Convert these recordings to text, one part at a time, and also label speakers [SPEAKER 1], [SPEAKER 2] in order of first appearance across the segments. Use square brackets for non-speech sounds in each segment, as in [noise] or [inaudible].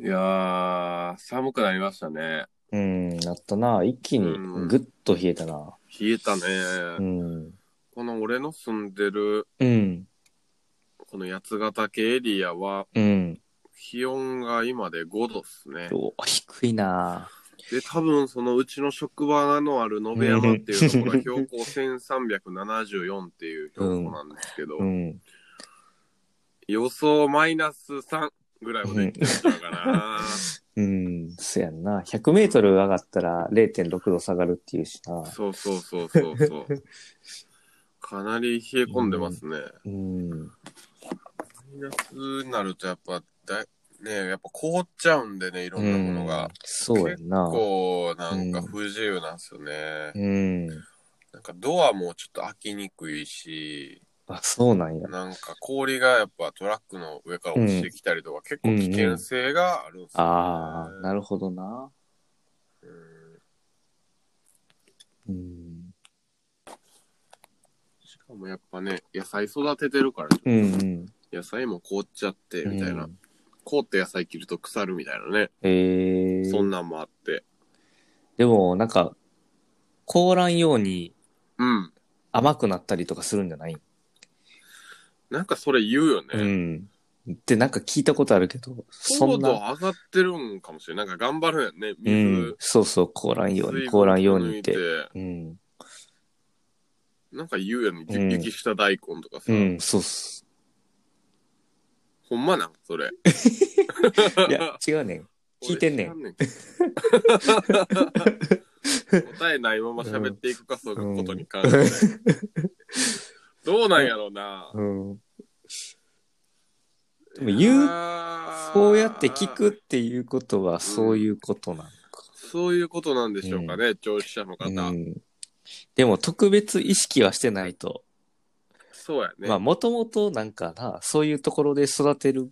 [SPEAKER 1] いやー、寒くなりましたね。
[SPEAKER 2] うん、なったな。一気に
[SPEAKER 1] うん
[SPEAKER 2] ぐっと冷えたな。
[SPEAKER 1] 冷えたね。
[SPEAKER 2] うん。
[SPEAKER 1] この俺の住んでる、
[SPEAKER 2] うん。
[SPEAKER 1] この八ヶ岳エリアは、
[SPEAKER 2] うん。
[SPEAKER 1] 気温が今で5度っすね。
[SPEAKER 2] お低いな。
[SPEAKER 1] で、多分そのうちの職場のある野辺山っていうところは標高1374っていう標高なんですけど、
[SPEAKER 2] うん。
[SPEAKER 1] 予想マイナス3ぐらいまでいってるのかな。
[SPEAKER 2] うん。そやんな。100メートル上がったら0.6度下がるっていうしな。
[SPEAKER 1] そうそうそうそうそう。かなり冷え込んでますね。
[SPEAKER 2] うん。
[SPEAKER 1] マイナスになるとやっぱだい、ねやっぱ凍っちゃうんでね、いろんなもの
[SPEAKER 2] う
[SPEAKER 1] が
[SPEAKER 2] ん。そうやんな。
[SPEAKER 1] こう、なんか不自由なんですよね。
[SPEAKER 2] うん。
[SPEAKER 1] なんかドアもちょっと開きにくいし、
[SPEAKER 2] あ、そうなんや。
[SPEAKER 1] なんか氷がやっぱトラックの上から落ちてきたりとか、結
[SPEAKER 2] うん
[SPEAKER 1] 構危険性があるんですよ、ね
[SPEAKER 2] ああ、なるほどな。
[SPEAKER 1] うん
[SPEAKER 2] うん。
[SPEAKER 1] しかもやっぱね、野菜育ててるから、
[SPEAKER 2] うんうん。
[SPEAKER 1] 野菜も凍っちゃって、みたいな。
[SPEAKER 2] うん
[SPEAKER 1] 凍って野菜切ると腐るみたいなね。
[SPEAKER 2] ええ
[SPEAKER 1] そんなんもあって。
[SPEAKER 2] でも、なんか、凍らんように
[SPEAKER 1] うん。
[SPEAKER 2] 甘くなったりとかするんじゃない
[SPEAKER 1] なんかそれ言うよね。
[SPEAKER 2] うん。ってなんか聞いたことあるけど、そ
[SPEAKER 1] 高
[SPEAKER 2] ん
[SPEAKER 1] 度
[SPEAKER 2] な。
[SPEAKER 1] 上がってるんかもしれない。なんか頑張るんやんね。
[SPEAKER 2] う
[SPEAKER 1] 水、
[SPEAKER 2] ん。そうそう、凍らんよう
[SPEAKER 1] 水
[SPEAKER 2] に、
[SPEAKER 1] 分
[SPEAKER 2] 凍らんようにっ
[SPEAKER 1] 抜
[SPEAKER 2] て。
[SPEAKER 1] いて
[SPEAKER 2] うん。
[SPEAKER 1] なんか言うやんね。
[SPEAKER 2] うん
[SPEAKER 1] 雪下大根とかさ。
[SPEAKER 2] うん、そう
[SPEAKER 1] [laughs]
[SPEAKER 2] っす。
[SPEAKER 1] ほんまなんそれ。
[SPEAKER 2] いや、違うねん。聞いてんねん
[SPEAKER 1] 俺知らんねん答えないまま喋っていくか、そういうことに関して。どうなんやろうな。
[SPEAKER 2] うん。でも言う
[SPEAKER 1] やー
[SPEAKER 2] そうやって聞くっていうことは、そういうことなの
[SPEAKER 1] そういうことなんでしょうかね、聴取者の方。
[SPEAKER 2] か。うん。でも、特別意識はしてないと。
[SPEAKER 1] そうやね。
[SPEAKER 2] まあ、もともとなんかな、そういうところで育てる、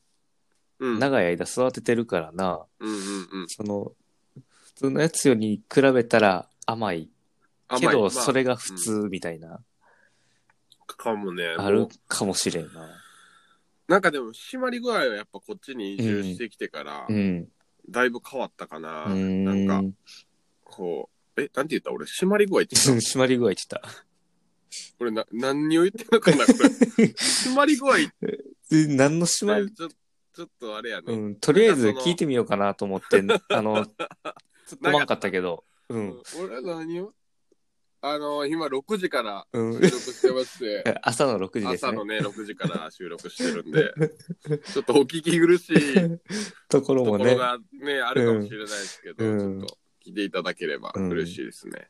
[SPEAKER 1] うん、
[SPEAKER 2] 長い間育ててるからな、
[SPEAKER 1] うんうんうん。
[SPEAKER 2] その、普通のやつより比べたら甘い
[SPEAKER 1] 甘い
[SPEAKER 2] け
[SPEAKER 1] ま
[SPEAKER 2] ど、
[SPEAKER 1] あ
[SPEAKER 2] それが普通みたいな、
[SPEAKER 1] かもね。
[SPEAKER 2] あるかもしれんな。
[SPEAKER 1] なんかでも、締まり具合はやっぱこっちに移住してきてから
[SPEAKER 2] う、ん。
[SPEAKER 1] だいぶ変わったかな。
[SPEAKER 2] うん。 [laughs]
[SPEAKER 1] なんか、こう、え、なんて言った俺、締まり具合って言った
[SPEAKER 2] 締まり具合って言った。
[SPEAKER 1] 俺な、何を言ってんのかな、これ。
[SPEAKER 2] [laughs]
[SPEAKER 1] 締まり具合って、
[SPEAKER 2] で何の締
[SPEAKER 1] ち
[SPEAKER 2] ま
[SPEAKER 1] ょ
[SPEAKER 2] り、
[SPEAKER 1] ちょっとあれや
[SPEAKER 2] う
[SPEAKER 1] ね。
[SPEAKER 2] ん、とりあえず聞いてみようかなと思って、あ
[SPEAKER 1] [laughs]
[SPEAKER 2] の、突っ込まんかったけど、う。
[SPEAKER 1] うん俺何をあの今6時から
[SPEAKER 2] う
[SPEAKER 1] 収
[SPEAKER 2] ん [laughs]
[SPEAKER 1] 録してまして、
[SPEAKER 2] 朝の6時です
[SPEAKER 1] 朝
[SPEAKER 2] ね
[SPEAKER 1] の。ね、6時から収録してるん
[SPEAKER 2] [laughs]
[SPEAKER 1] で、ちょっとお聞き苦しい
[SPEAKER 2] とことろ
[SPEAKER 1] こ
[SPEAKER 2] も
[SPEAKER 1] ろ
[SPEAKER 2] ね。
[SPEAKER 1] がね、あるかもしれないですけど、
[SPEAKER 2] うん
[SPEAKER 1] ちょっと聞いていただければ嬉しいですね。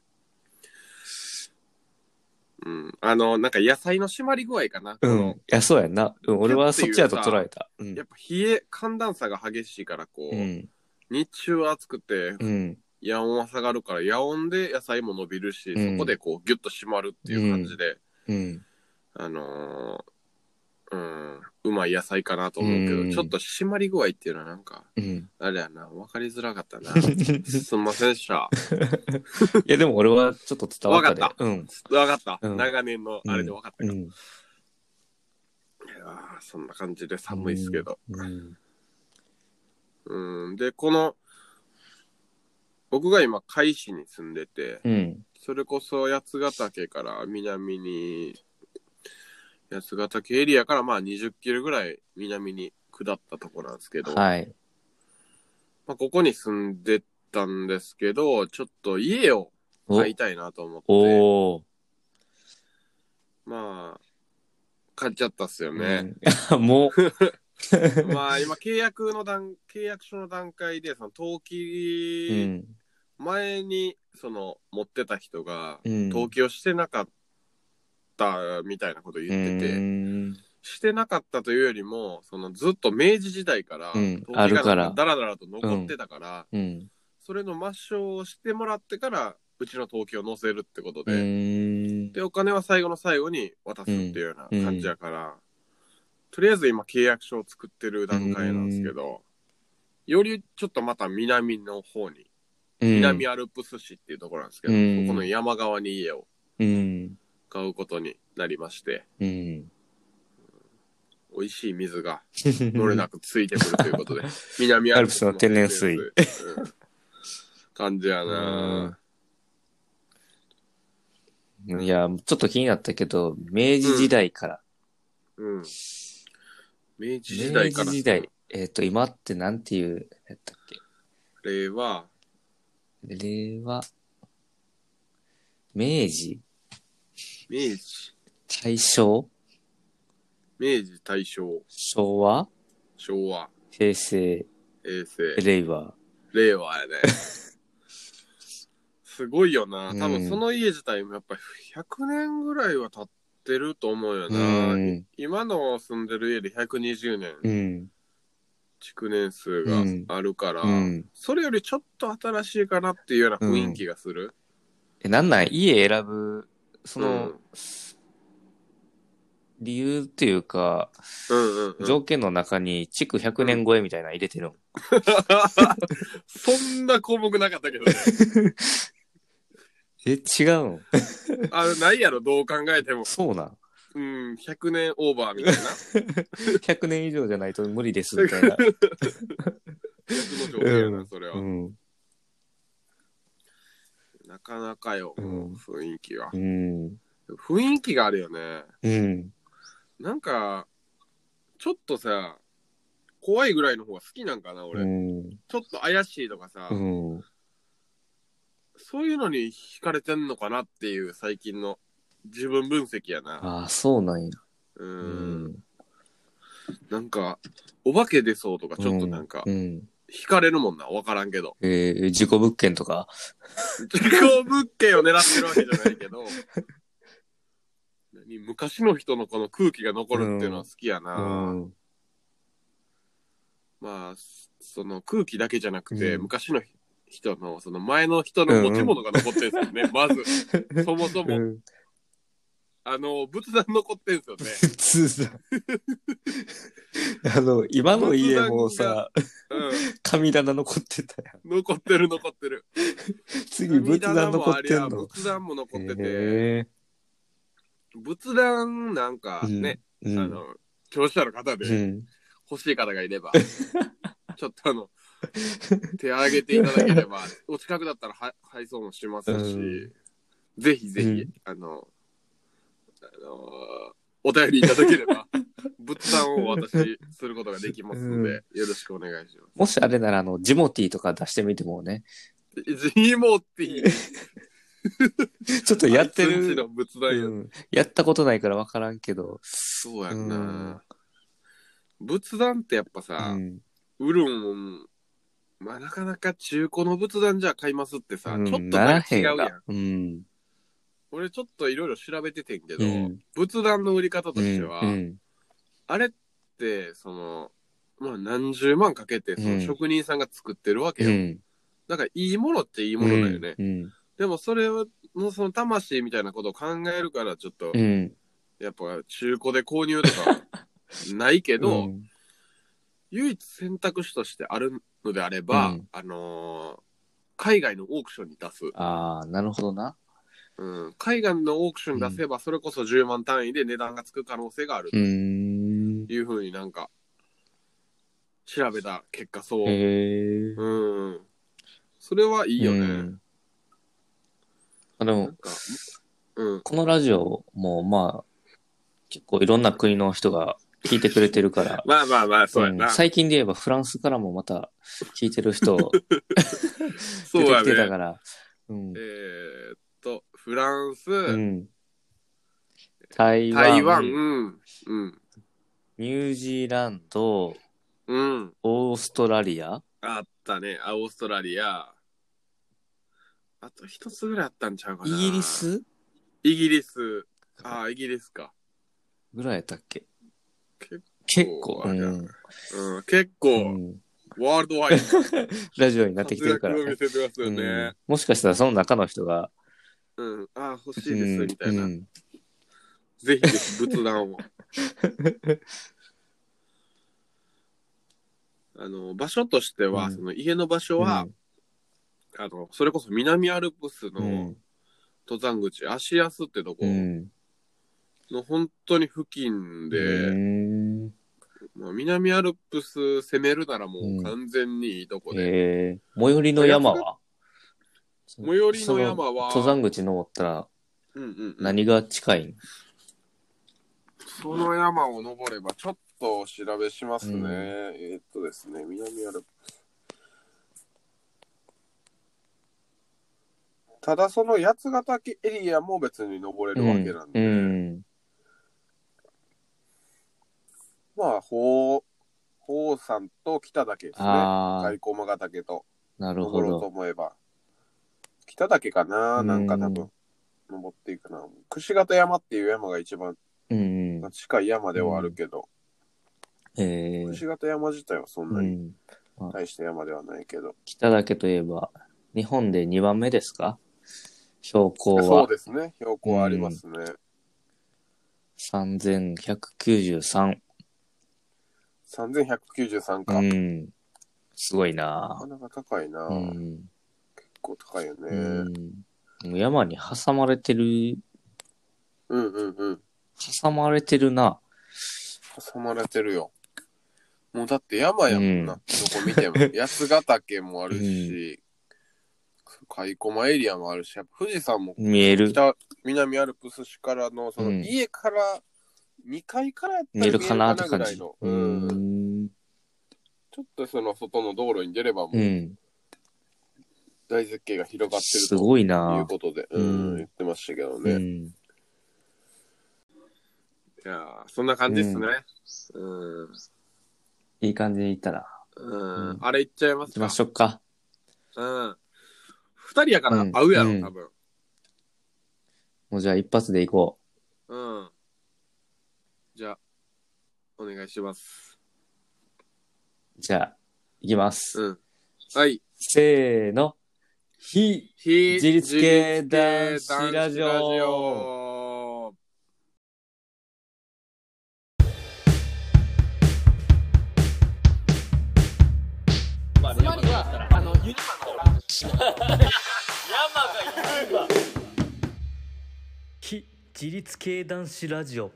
[SPEAKER 1] うん、あの、なんか野菜の締まり具合かな。
[SPEAKER 2] う
[SPEAKER 1] こ
[SPEAKER 2] ん。
[SPEAKER 1] の
[SPEAKER 2] いや、そうやんな。うん、俺はそっちやと捉えた。うん
[SPEAKER 1] やっぱ冷え、寒暖差が激しいから、こう、
[SPEAKER 2] うん。
[SPEAKER 1] 日中は暑くて、
[SPEAKER 2] うん。
[SPEAKER 1] 夜温は下がるから、夜温で野菜も伸びるし、
[SPEAKER 2] うん
[SPEAKER 1] そこでこう、ギュッと締まるっていう感じで、
[SPEAKER 2] うん。
[SPEAKER 1] あのーうん、うまい野菜かなと思うけど、
[SPEAKER 2] うん
[SPEAKER 1] ちょっと締まり具合っていうのはなんか、
[SPEAKER 2] うん。
[SPEAKER 1] あれやな、わかりづらか
[SPEAKER 2] [laughs]
[SPEAKER 1] ったな。すんませんでした。
[SPEAKER 2] いや、でも俺はちょっと伝わったで。
[SPEAKER 1] わか
[SPEAKER 2] うん。
[SPEAKER 1] わかった、
[SPEAKER 2] うん
[SPEAKER 1] 長年のあれでわかった
[SPEAKER 2] う
[SPEAKER 1] か、
[SPEAKER 2] ん。
[SPEAKER 1] いやーそんな感じで寒いっすけど。
[SPEAKER 2] うん。
[SPEAKER 1] うん、で、この、僕が今、甲斐市に住んでて、
[SPEAKER 2] うん。
[SPEAKER 1] それこそ八ヶ岳から南に、八ヶ岳エリアからまあ20キロぐらい南に下ったとこなんですけど、
[SPEAKER 2] はい。
[SPEAKER 1] まあ、ここに住んでたんですけど、ちょっと家を
[SPEAKER 2] お
[SPEAKER 1] 買いたいなと思って、
[SPEAKER 2] おー。
[SPEAKER 1] まあ、買っちゃったっすよね。
[SPEAKER 2] うん。 [laughs] も
[SPEAKER 1] [laughs]
[SPEAKER 2] う。 [laughs]
[SPEAKER 1] まあ今契約の段契約書の段階でその登
[SPEAKER 2] う
[SPEAKER 1] 記
[SPEAKER 2] ん。
[SPEAKER 1] 前にその持ってた人が
[SPEAKER 2] うん。
[SPEAKER 1] 登記をしてなかったみたいなこと言ってて、
[SPEAKER 2] うん
[SPEAKER 1] してなかったというよりもそのずっと明治時代から
[SPEAKER 2] うん
[SPEAKER 1] 登記
[SPEAKER 2] あるか
[SPEAKER 1] が
[SPEAKER 2] ら
[SPEAKER 1] ダラダラと残ってたから、
[SPEAKER 2] うん。
[SPEAKER 1] それの抹消をしてもらってからうちの登記を載せるってことで、
[SPEAKER 2] うん。
[SPEAKER 1] でお金は最後の最後に渡すっていうような感じやから、とりあえず今契約書を作ってる段階なんですけど、よりちょっとまた南の方に、南
[SPEAKER 2] ア
[SPEAKER 1] アルプス市っていうところなんですけど、
[SPEAKER 2] うん
[SPEAKER 1] ここの山側に家を
[SPEAKER 2] うん。
[SPEAKER 1] 買うことになりまして、
[SPEAKER 2] うん。
[SPEAKER 1] 美味しい水
[SPEAKER 2] [laughs]
[SPEAKER 1] が漏れなくついてくるということで、南
[SPEAKER 2] アルプスの天然水
[SPEAKER 1] うん感じやな。
[SPEAKER 2] いや、ちょっと気になったけど、明治時代から。
[SPEAKER 1] うん。明治時代か
[SPEAKER 2] 明
[SPEAKER 1] ら
[SPEAKER 2] 治時代。えっ、と、今ってなんていう、やったっけ
[SPEAKER 1] 令和、
[SPEAKER 2] 令和、明治、
[SPEAKER 1] 明治、
[SPEAKER 2] 大正、
[SPEAKER 1] 明治、大正、
[SPEAKER 2] 昭和、
[SPEAKER 1] 昭和、
[SPEAKER 2] 平成、
[SPEAKER 1] 平成、
[SPEAKER 2] 令和。
[SPEAKER 1] 令和
[SPEAKER 2] [laughs]
[SPEAKER 1] やね。すごいよな。多
[SPEAKER 2] うん
[SPEAKER 1] 分その家自体もやっぱり100年ぐらいは経ってると思うよ
[SPEAKER 2] う
[SPEAKER 1] な。
[SPEAKER 2] ん。
[SPEAKER 1] 今の住んでる家で120年、
[SPEAKER 2] うん。
[SPEAKER 1] 築年数があるから、
[SPEAKER 2] うん。
[SPEAKER 1] それよりちょっと新しいかなっていうような雰囲気がする。
[SPEAKER 2] え、なんなん家選ぶ、その、
[SPEAKER 1] うん
[SPEAKER 2] 理由っていうか、
[SPEAKER 1] うんうん、 [laughs] うん。
[SPEAKER 2] 条件の中に、築100年超えみたいなの入れてるん。
[SPEAKER 1] そんな項目なかったけど、
[SPEAKER 2] え、違うん
[SPEAKER 1] あないやろ、どう考えても。
[SPEAKER 2] そうなん。
[SPEAKER 1] うん、100年オーバーみたいな。
[SPEAKER 2] 100年以上じゃないと無理です、みたい
[SPEAKER 1] [laughs]
[SPEAKER 2] な。
[SPEAKER 1] 別の条件や
[SPEAKER 2] う
[SPEAKER 1] な、
[SPEAKER 2] ん
[SPEAKER 1] それは。
[SPEAKER 2] うん。
[SPEAKER 1] なかなかよ、
[SPEAKER 2] うん
[SPEAKER 1] 雰囲気は
[SPEAKER 2] う。ん。
[SPEAKER 1] 雰囲気があるよね。
[SPEAKER 2] うん。
[SPEAKER 1] なんか、ちょっとさ、怖いぐらいの方が好きなんかな、俺。
[SPEAKER 2] うん。
[SPEAKER 1] ちょっと怪しいとかさ、
[SPEAKER 2] うん。
[SPEAKER 1] そういうのに惹かれてんのかなっていう最近の自分分析やな。
[SPEAKER 2] ああ、そうなんや。
[SPEAKER 1] う。。
[SPEAKER 2] うん
[SPEAKER 1] なんか、お化け出そうとか、ちょっとなんか、
[SPEAKER 2] うん。
[SPEAKER 1] 惹かれるもんな、わからんけど。
[SPEAKER 2] えー、事故物件とか。
[SPEAKER 1] 事故物件を狙ってるわけじゃない
[SPEAKER 2] [laughs]
[SPEAKER 1] けど、何昔の人のこの空気が残るっていうのは好きやな。
[SPEAKER 2] うん。
[SPEAKER 1] まあ、その空気だけじゃなくて、
[SPEAKER 2] うん
[SPEAKER 1] 昔の人の、その前の人の持ち物が残ってるんですよね、まず。そもそも、
[SPEAKER 2] うん
[SPEAKER 1] あの、仏壇残ってるんです
[SPEAKER 2] 普通だ。 [laughs] あの、今の家もさ、
[SPEAKER 1] よね。
[SPEAKER 2] 神棚残ってたやん。
[SPEAKER 1] うん、残ってる残ってる。
[SPEAKER 2] 次、仏壇残
[SPEAKER 1] 神棚も
[SPEAKER 2] ってん
[SPEAKER 1] ありゃ
[SPEAKER 2] の。
[SPEAKER 1] 仏壇も残ってて、
[SPEAKER 2] へ
[SPEAKER 1] 仏壇なんか
[SPEAKER 2] ー
[SPEAKER 1] ね、、
[SPEAKER 2] うん
[SPEAKER 1] あ、の、教師者の方
[SPEAKER 2] う
[SPEAKER 1] で
[SPEAKER 2] ん。
[SPEAKER 1] 欲しい方がいれ
[SPEAKER 2] [laughs]
[SPEAKER 1] ば、ちょっとあの、手挙げていただければ、お近くだったらは配送もしますし、
[SPEAKER 2] う
[SPEAKER 1] ぜひぜひ、
[SPEAKER 2] うん
[SPEAKER 1] あの、あのーお便りいただけれ
[SPEAKER 2] [laughs]
[SPEAKER 1] ば、仏壇をお渡しすることができますので、よろしくお願いしま
[SPEAKER 2] もしあれなら、あの、ジモティーとか出してみてもね、 [laughs]
[SPEAKER 1] す。ジーモーティー、
[SPEAKER 2] ちょっとやって
[SPEAKER 1] あいつんち
[SPEAKER 2] る、
[SPEAKER 1] の仏壇や、
[SPEAKER 2] うん、やったことないから分からんけど、
[SPEAKER 1] そうやんな。仏壇ってやっぱ
[SPEAKER 2] う
[SPEAKER 1] さ、
[SPEAKER 2] ん、
[SPEAKER 1] 売るもん、まあなかなか中古の仏壇じゃ買いますってさ、
[SPEAKER 2] うん
[SPEAKER 1] ちょっと
[SPEAKER 2] な
[SPEAKER 1] な
[SPEAKER 2] ら
[SPEAKER 1] んか
[SPEAKER 2] へ
[SPEAKER 1] 違
[SPEAKER 2] ん
[SPEAKER 1] うやん
[SPEAKER 2] が。、うん、
[SPEAKER 1] 俺ちょっといろいろ調べててんけど、
[SPEAKER 2] うん
[SPEAKER 1] 仏壇の売り方としては、
[SPEAKER 2] うん、
[SPEAKER 1] あれってそのまあ何十万かけてそうの
[SPEAKER 2] ん
[SPEAKER 1] 職人さんが作ってるわけ
[SPEAKER 2] う
[SPEAKER 1] よ、
[SPEAKER 2] ん、
[SPEAKER 1] だからいいものっていいものだよね、
[SPEAKER 2] うん、
[SPEAKER 1] でもそれをのその魂みたいなことを考えるからちょっと、
[SPEAKER 2] うん、
[SPEAKER 1] やっぱ中古で購入と
[SPEAKER 2] [laughs]
[SPEAKER 1] かないけど、
[SPEAKER 2] うん
[SPEAKER 1] 唯一選択肢としてあるのであれば、
[SPEAKER 2] うん
[SPEAKER 1] あのー海外のオークションに出す、
[SPEAKER 2] ああ、なるほどな。
[SPEAKER 1] うん、海外のオークションに出せばそれこそ10万単位で値段がつく可能性がある
[SPEAKER 2] うーん。
[SPEAKER 1] いうふうになんか、調べた結果そう。
[SPEAKER 2] へえ。
[SPEAKER 1] うん。それはいいよね。
[SPEAKER 2] うんあ
[SPEAKER 1] な
[SPEAKER 2] の
[SPEAKER 1] ん、か、うん。
[SPEAKER 2] このラジオも、まあ、結構いろんな国の人が聞いてくれてるから、
[SPEAKER 1] まあまあま [laughs] あ、そうやな。
[SPEAKER 2] うん最近で言えばフランスからもまた聞いてる人
[SPEAKER 1] そ
[SPEAKER 2] 出てき
[SPEAKER 1] う
[SPEAKER 2] て
[SPEAKER 1] や
[SPEAKER 2] た
[SPEAKER 1] ね。
[SPEAKER 2] から、うん
[SPEAKER 1] えーっと、フランス、
[SPEAKER 2] うん台湾
[SPEAKER 1] 台湾、うん。うん。
[SPEAKER 2] ニュージーランド、
[SPEAKER 1] うん。
[SPEAKER 2] オーストラリア、
[SPEAKER 1] あったね。あオーストラリア。あと一つぐらいあったんちゃうか
[SPEAKER 2] イ
[SPEAKER 1] な。
[SPEAKER 2] ギリス
[SPEAKER 1] イギリス。ああ、イギリスか。
[SPEAKER 2] ぐらいやったっけ
[SPEAKER 1] 結
[SPEAKER 2] 結構、
[SPEAKER 1] あ
[SPEAKER 2] う
[SPEAKER 1] れや
[SPEAKER 2] ん
[SPEAKER 1] うん。結
[SPEAKER 2] う
[SPEAKER 1] 構、
[SPEAKER 2] ん
[SPEAKER 1] ワールドワイド
[SPEAKER 2] ラジオになってきてるから
[SPEAKER 1] 活躍を
[SPEAKER 2] ね
[SPEAKER 1] 見。せてますよね。
[SPEAKER 2] うんもしかしたらその中の人が、
[SPEAKER 1] うん、ああ、欲しい
[SPEAKER 2] う
[SPEAKER 1] です、
[SPEAKER 2] ん
[SPEAKER 1] みたいな。
[SPEAKER 2] うん
[SPEAKER 1] ぜひです、仏壇
[SPEAKER 2] [laughs]
[SPEAKER 1] を。あの、場所としては、
[SPEAKER 2] うん
[SPEAKER 1] その家の場所は、あの、それこそ南アルプス
[SPEAKER 2] う
[SPEAKER 1] の
[SPEAKER 2] ん
[SPEAKER 1] 登山口、芦安ってとこ
[SPEAKER 2] うん
[SPEAKER 1] の本当に付近で、
[SPEAKER 2] うん
[SPEAKER 1] もう南アルプス攻めるならもう完全にいいとこで。
[SPEAKER 2] ええ最寄りの山は
[SPEAKER 1] 最寄りの山は
[SPEAKER 2] その登山口登ったら
[SPEAKER 1] うんうん、うん。
[SPEAKER 2] 何が近いん、
[SPEAKER 1] その山を登れば、ちょっと調べしますね。
[SPEAKER 2] うん
[SPEAKER 1] えーっとですね、南アルプス。ただその八ヶ岳エリアも別に登れるわけなん
[SPEAKER 2] う
[SPEAKER 1] で、
[SPEAKER 2] ん。
[SPEAKER 1] まあ、ほう、ほうさんと北岳ですね。
[SPEAKER 2] ああ、
[SPEAKER 1] 海駒ヶ岳と
[SPEAKER 2] なるほ
[SPEAKER 1] 登ろうと
[SPEAKER 2] ど。
[SPEAKER 1] 思えば。北岳かな
[SPEAKER 2] うん
[SPEAKER 1] なんか多分、登っていくな。櫛形山っていう山が一番
[SPEAKER 2] うん。
[SPEAKER 1] 近い山ではあるけど、
[SPEAKER 2] ええ
[SPEAKER 1] 櫛形山自体はそん
[SPEAKER 2] う
[SPEAKER 1] なに
[SPEAKER 2] ん。
[SPEAKER 1] 大した山ではないけど、
[SPEAKER 2] 北岳といえば、日本で2番目ですか標高
[SPEAKER 1] そう
[SPEAKER 2] は
[SPEAKER 1] ですね。標高はありますね。
[SPEAKER 2] 3193。
[SPEAKER 1] 3193か。な
[SPEAKER 2] う。
[SPEAKER 1] ん
[SPEAKER 2] すごいな
[SPEAKER 1] かなか高いな。
[SPEAKER 2] う
[SPEAKER 1] 結
[SPEAKER 2] ん。
[SPEAKER 1] 構高いよね。
[SPEAKER 2] うん。もう山に挟まれてる、
[SPEAKER 1] うんうんうん。
[SPEAKER 2] 挟まれてるな。
[SPEAKER 1] 挟まれてるよ。もうだって山やもんな。
[SPEAKER 2] うん
[SPEAKER 1] どこ見
[SPEAKER 2] [laughs]
[SPEAKER 1] ても。八ヶ岳もあるし、海駒エリアもあるし、やっぱ富士山も
[SPEAKER 2] 見える。
[SPEAKER 1] 北、南アルプス市からの、その
[SPEAKER 2] うん
[SPEAKER 1] 家から、2階からやったら
[SPEAKER 2] 見えるかなって
[SPEAKER 1] ぐ
[SPEAKER 2] 感
[SPEAKER 1] らい
[SPEAKER 2] じ
[SPEAKER 1] の。。
[SPEAKER 2] う
[SPEAKER 1] うん。
[SPEAKER 2] ん。
[SPEAKER 1] ちょっとその外の道路に出ればも
[SPEAKER 2] う。
[SPEAKER 1] うん大絶景が広がってる
[SPEAKER 2] す
[SPEAKER 1] と
[SPEAKER 2] ごい
[SPEAKER 1] いう
[SPEAKER 2] な
[SPEAKER 1] ことで、
[SPEAKER 2] う
[SPEAKER 1] うんん、言ってましたけど
[SPEAKER 2] う
[SPEAKER 1] ね。い
[SPEAKER 2] ん。
[SPEAKER 1] やーそんな感じっすね。うん。
[SPEAKER 2] いい感じに行ったら。
[SPEAKER 1] うん。
[SPEAKER 2] うん
[SPEAKER 1] あれ行っちゃいま
[SPEAKER 2] 行
[SPEAKER 1] す
[SPEAKER 2] き
[SPEAKER 1] か。
[SPEAKER 2] ましょうか。
[SPEAKER 1] うん。二人やから合うやろ、
[SPEAKER 2] うん
[SPEAKER 1] 多分。
[SPEAKER 2] もうじゃあ一発で行こ
[SPEAKER 1] うん。じゃあ、お願いします。
[SPEAKER 2] う。じゃあ、行きます。
[SPEAKER 1] うん。はい。
[SPEAKER 2] せーの。ひ、
[SPEAKER 1] 非
[SPEAKER 2] 自立系男子ラジオ
[SPEAKER 1] 男子ラジオ
[SPEAKER 3] つまりはあのユニバの
[SPEAKER 2] ひ、自立系男子ラジオ。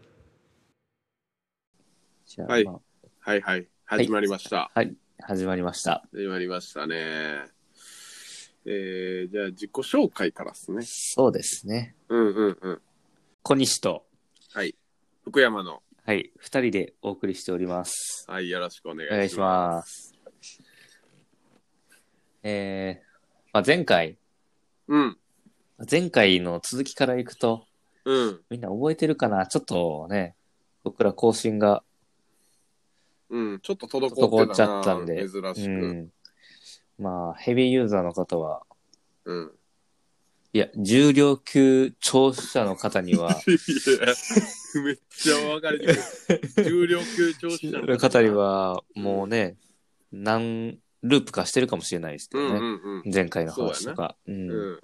[SPEAKER 2] じゃあ、
[SPEAKER 1] はい
[SPEAKER 2] ま
[SPEAKER 1] はいはい。
[SPEAKER 2] い
[SPEAKER 1] 始まりました。
[SPEAKER 2] あはい、始まりました。
[SPEAKER 1] 始まりましたね。えー、じゃあ自己紹介からですね。
[SPEAKER 2] そうですね。
[SPEAKER 1] うんうんうん。
[SPEAKER 2] 小西と、
[SPEAKER 1] はい。福山の、
[SPEAKER 2] はい、二人でお送りしております。
[SPEAKER 1] はい、よろしくお願い
[SPEAKER 2] お願い
[SPEAKER 1] し
[SPEAKER 2] し
[SPEAKER 1] ま
[SPEAKER 2] ます。えー、まあ、前回、
[SPEAKER 1] す。うん、
[SPEAKER 2] 前回の続きからいくと、
[SPEAKER 1] うん、
[SPEAKER 2] みんな覚えてるかなちょっとね、僕ら更新が
[SPEAKER 1] うん。ちょっと
[SPEAKER 2] 滞
[SPEAKER 1] 滞っ
[SPEAKER 2] っ
[SPEAKER 1] て
[SPEAKER 2] ち
[SPEAKER 1] た
[SPEAKER 2] ゃ
[SPEAKER 1] な
[SPEAKER 2] ったん
[SPEAKER 1] 珍
[SPEAKER 2] で。
[SPEAKER 1] し
[SPEAKER 2] う
[SPEAKER 1] く。
[SPEAKER 2] ん、まあ、ヘビーユーザーの方は、
[SPEAKER 1] うん。
[SPEAKER 2] いや、重量級聴取者の方に
[SPEAKER 1] [laughs]
[SPEAKER 2] は、
[SPEAKER 1] いやめっちゃ分かりにくい。重量級調子者
[SPEAKER 2] の方に。は、もうね、何ループかしてるかもしれないですけ
[SPEAKER 1] うん
[SPEAKER 2] ど
[SPEAKER 1] う
[SPEAKER 2] ね。
[SPEAKER 1] ん
[SPEAKER 2] 前回の話とか。う
[SPEAKER 1] うん。
[SPEAKER 2] ん
[SPEAKER 1] うん。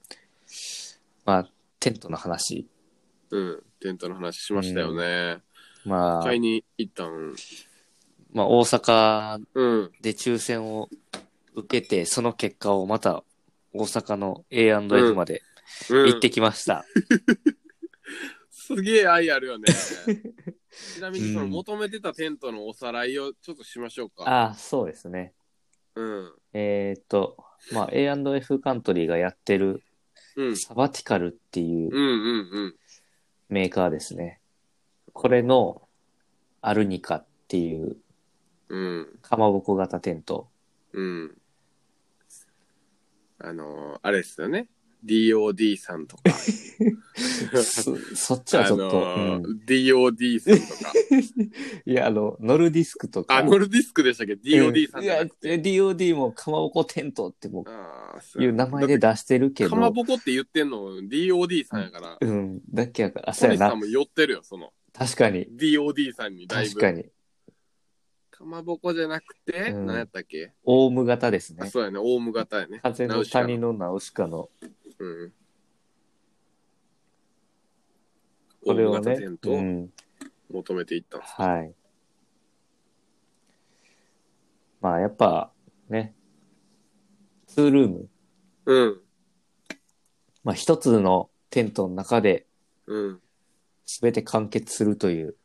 [SPEAKER 2] まあ、テントの話。
[SPEAKER 1] うん。テントの話しましたよね。
[SPEAKER 2] まあ
[SPEAKER 1] 買い、に行ったん。
[SPEAKER 2] まあ、大阪
[SPEAKER 1] うん。
[SPEAKER 2] で抽選を受けて、その結果をまた大阪の A&F まで
[SPEAKER 1] うん
[SPEAKER 2] 行ってきました。
[SPEAKER 1] すげえ愛あるよ
[SPEAKER 2] [laughs]
[SPEAKER 1] ね。ちなみにその求めてたテントのおさらいをちょっとしましょうか。
[SPEAKER 2] ああ、そうですね。
[SPEAKER 1] うん。
[SPEAKER 2] えーっと、まあ、A&F カントリーがやってる
[SPEAKER 1] うん。
[SPEAKER 2] サバティカルっていう
[SPEAKER 1] うんうんうん。
[SPEAKER 2] メーカーですね。これのアルニカっていう
[SPEAKER 1] うん。
[SPEAKER 2] かまぼこ型テ
[SPEAKER 1] [laughs]
[SPEAKER 2] ント。
[SPEAKER 1] うん。あのー、あれですよね。DOD さんとか。
[SPEAKER 2] そそっちはちょっと、
[SPEAKER 1] あのー
[SPEAKER 2] うん
[SPEAKER 1] DOD さんと
[SPEAKER 2] [laughs]
[SPEAKER 1] か。
[SPEAKER 2] いや、あの、ノルディスクとか。
[SPEAKER 1] あ、ノルディスクでしたっけ ?DOD さん
[SPEAKER 2] い
[SPEAKER 1] じゃ
[SPEAKER 2] や、
[SPEAKER 1] なくて。
[SPEAKER 2] DOD もかまぼこテントっても
[SPEAKER 1] ああ、そう
[SPEAKER 2] いう名前で
[SPEAKER 1] だっ
[SPEAKER 2] 出してる
[SPEAKER 1] て
[SPEAKER 2] け
[SPEAKER 1] かま
[SPEAKER 2] ど、
[SPEAKER 1] ぼこって言ってんの DOD さんやから。
[SPEAKER 2] うん、だけやから、あ
[SPEAKER 1] 小
[SPEAKER 2] そう
[SPEAKER 1] 西
[SPEAKER 2] や
[SPEAKER 1] さ。
[SPEAKER 2] なん
[SPEAKER 1] も寄ってるよ、その。
[SPEAKER 2] 確かに、
[SPEAKER 1] DOD さんにだい
[SPEAKER 2] 確
[SPEAKER 1] ぶ。
[SPEAKER 2] かに。
[SPEAKER 1] かまぼこじゃなくて、
[SPEAKER 2] うん
[SPEAKER 1] 何やったっけ
[SPEAKER 2] オウム型です
[SPEAKER 1] あ、
[SPEAKER 2] ね。
[SPEAKER 1] そうやね。オウム型やね。
[SPEAKER 2] 風の谷のナウシカの、
[SPEAKER 1] うん。
[SPEAKER 2] これを
[SPEAKER 1] 大
[SPEAKER 2] ね
[SPEAKER 1] 型テン、ト
[SPEAKER 2] う
[SPEAKER 1] を
[SPEAKER 2] ん、
[SPEAKER 1] 求めていったんです。
[SPEAKER 2] はい。まあ、やっぱ、ね、ツールーム、
[SPEAKER 1] うん。
[SPEAKER 2] まあ、一つのテントの中で
[SPEAKER 1] うん。
[SPEAKER 2] 全て完結するという、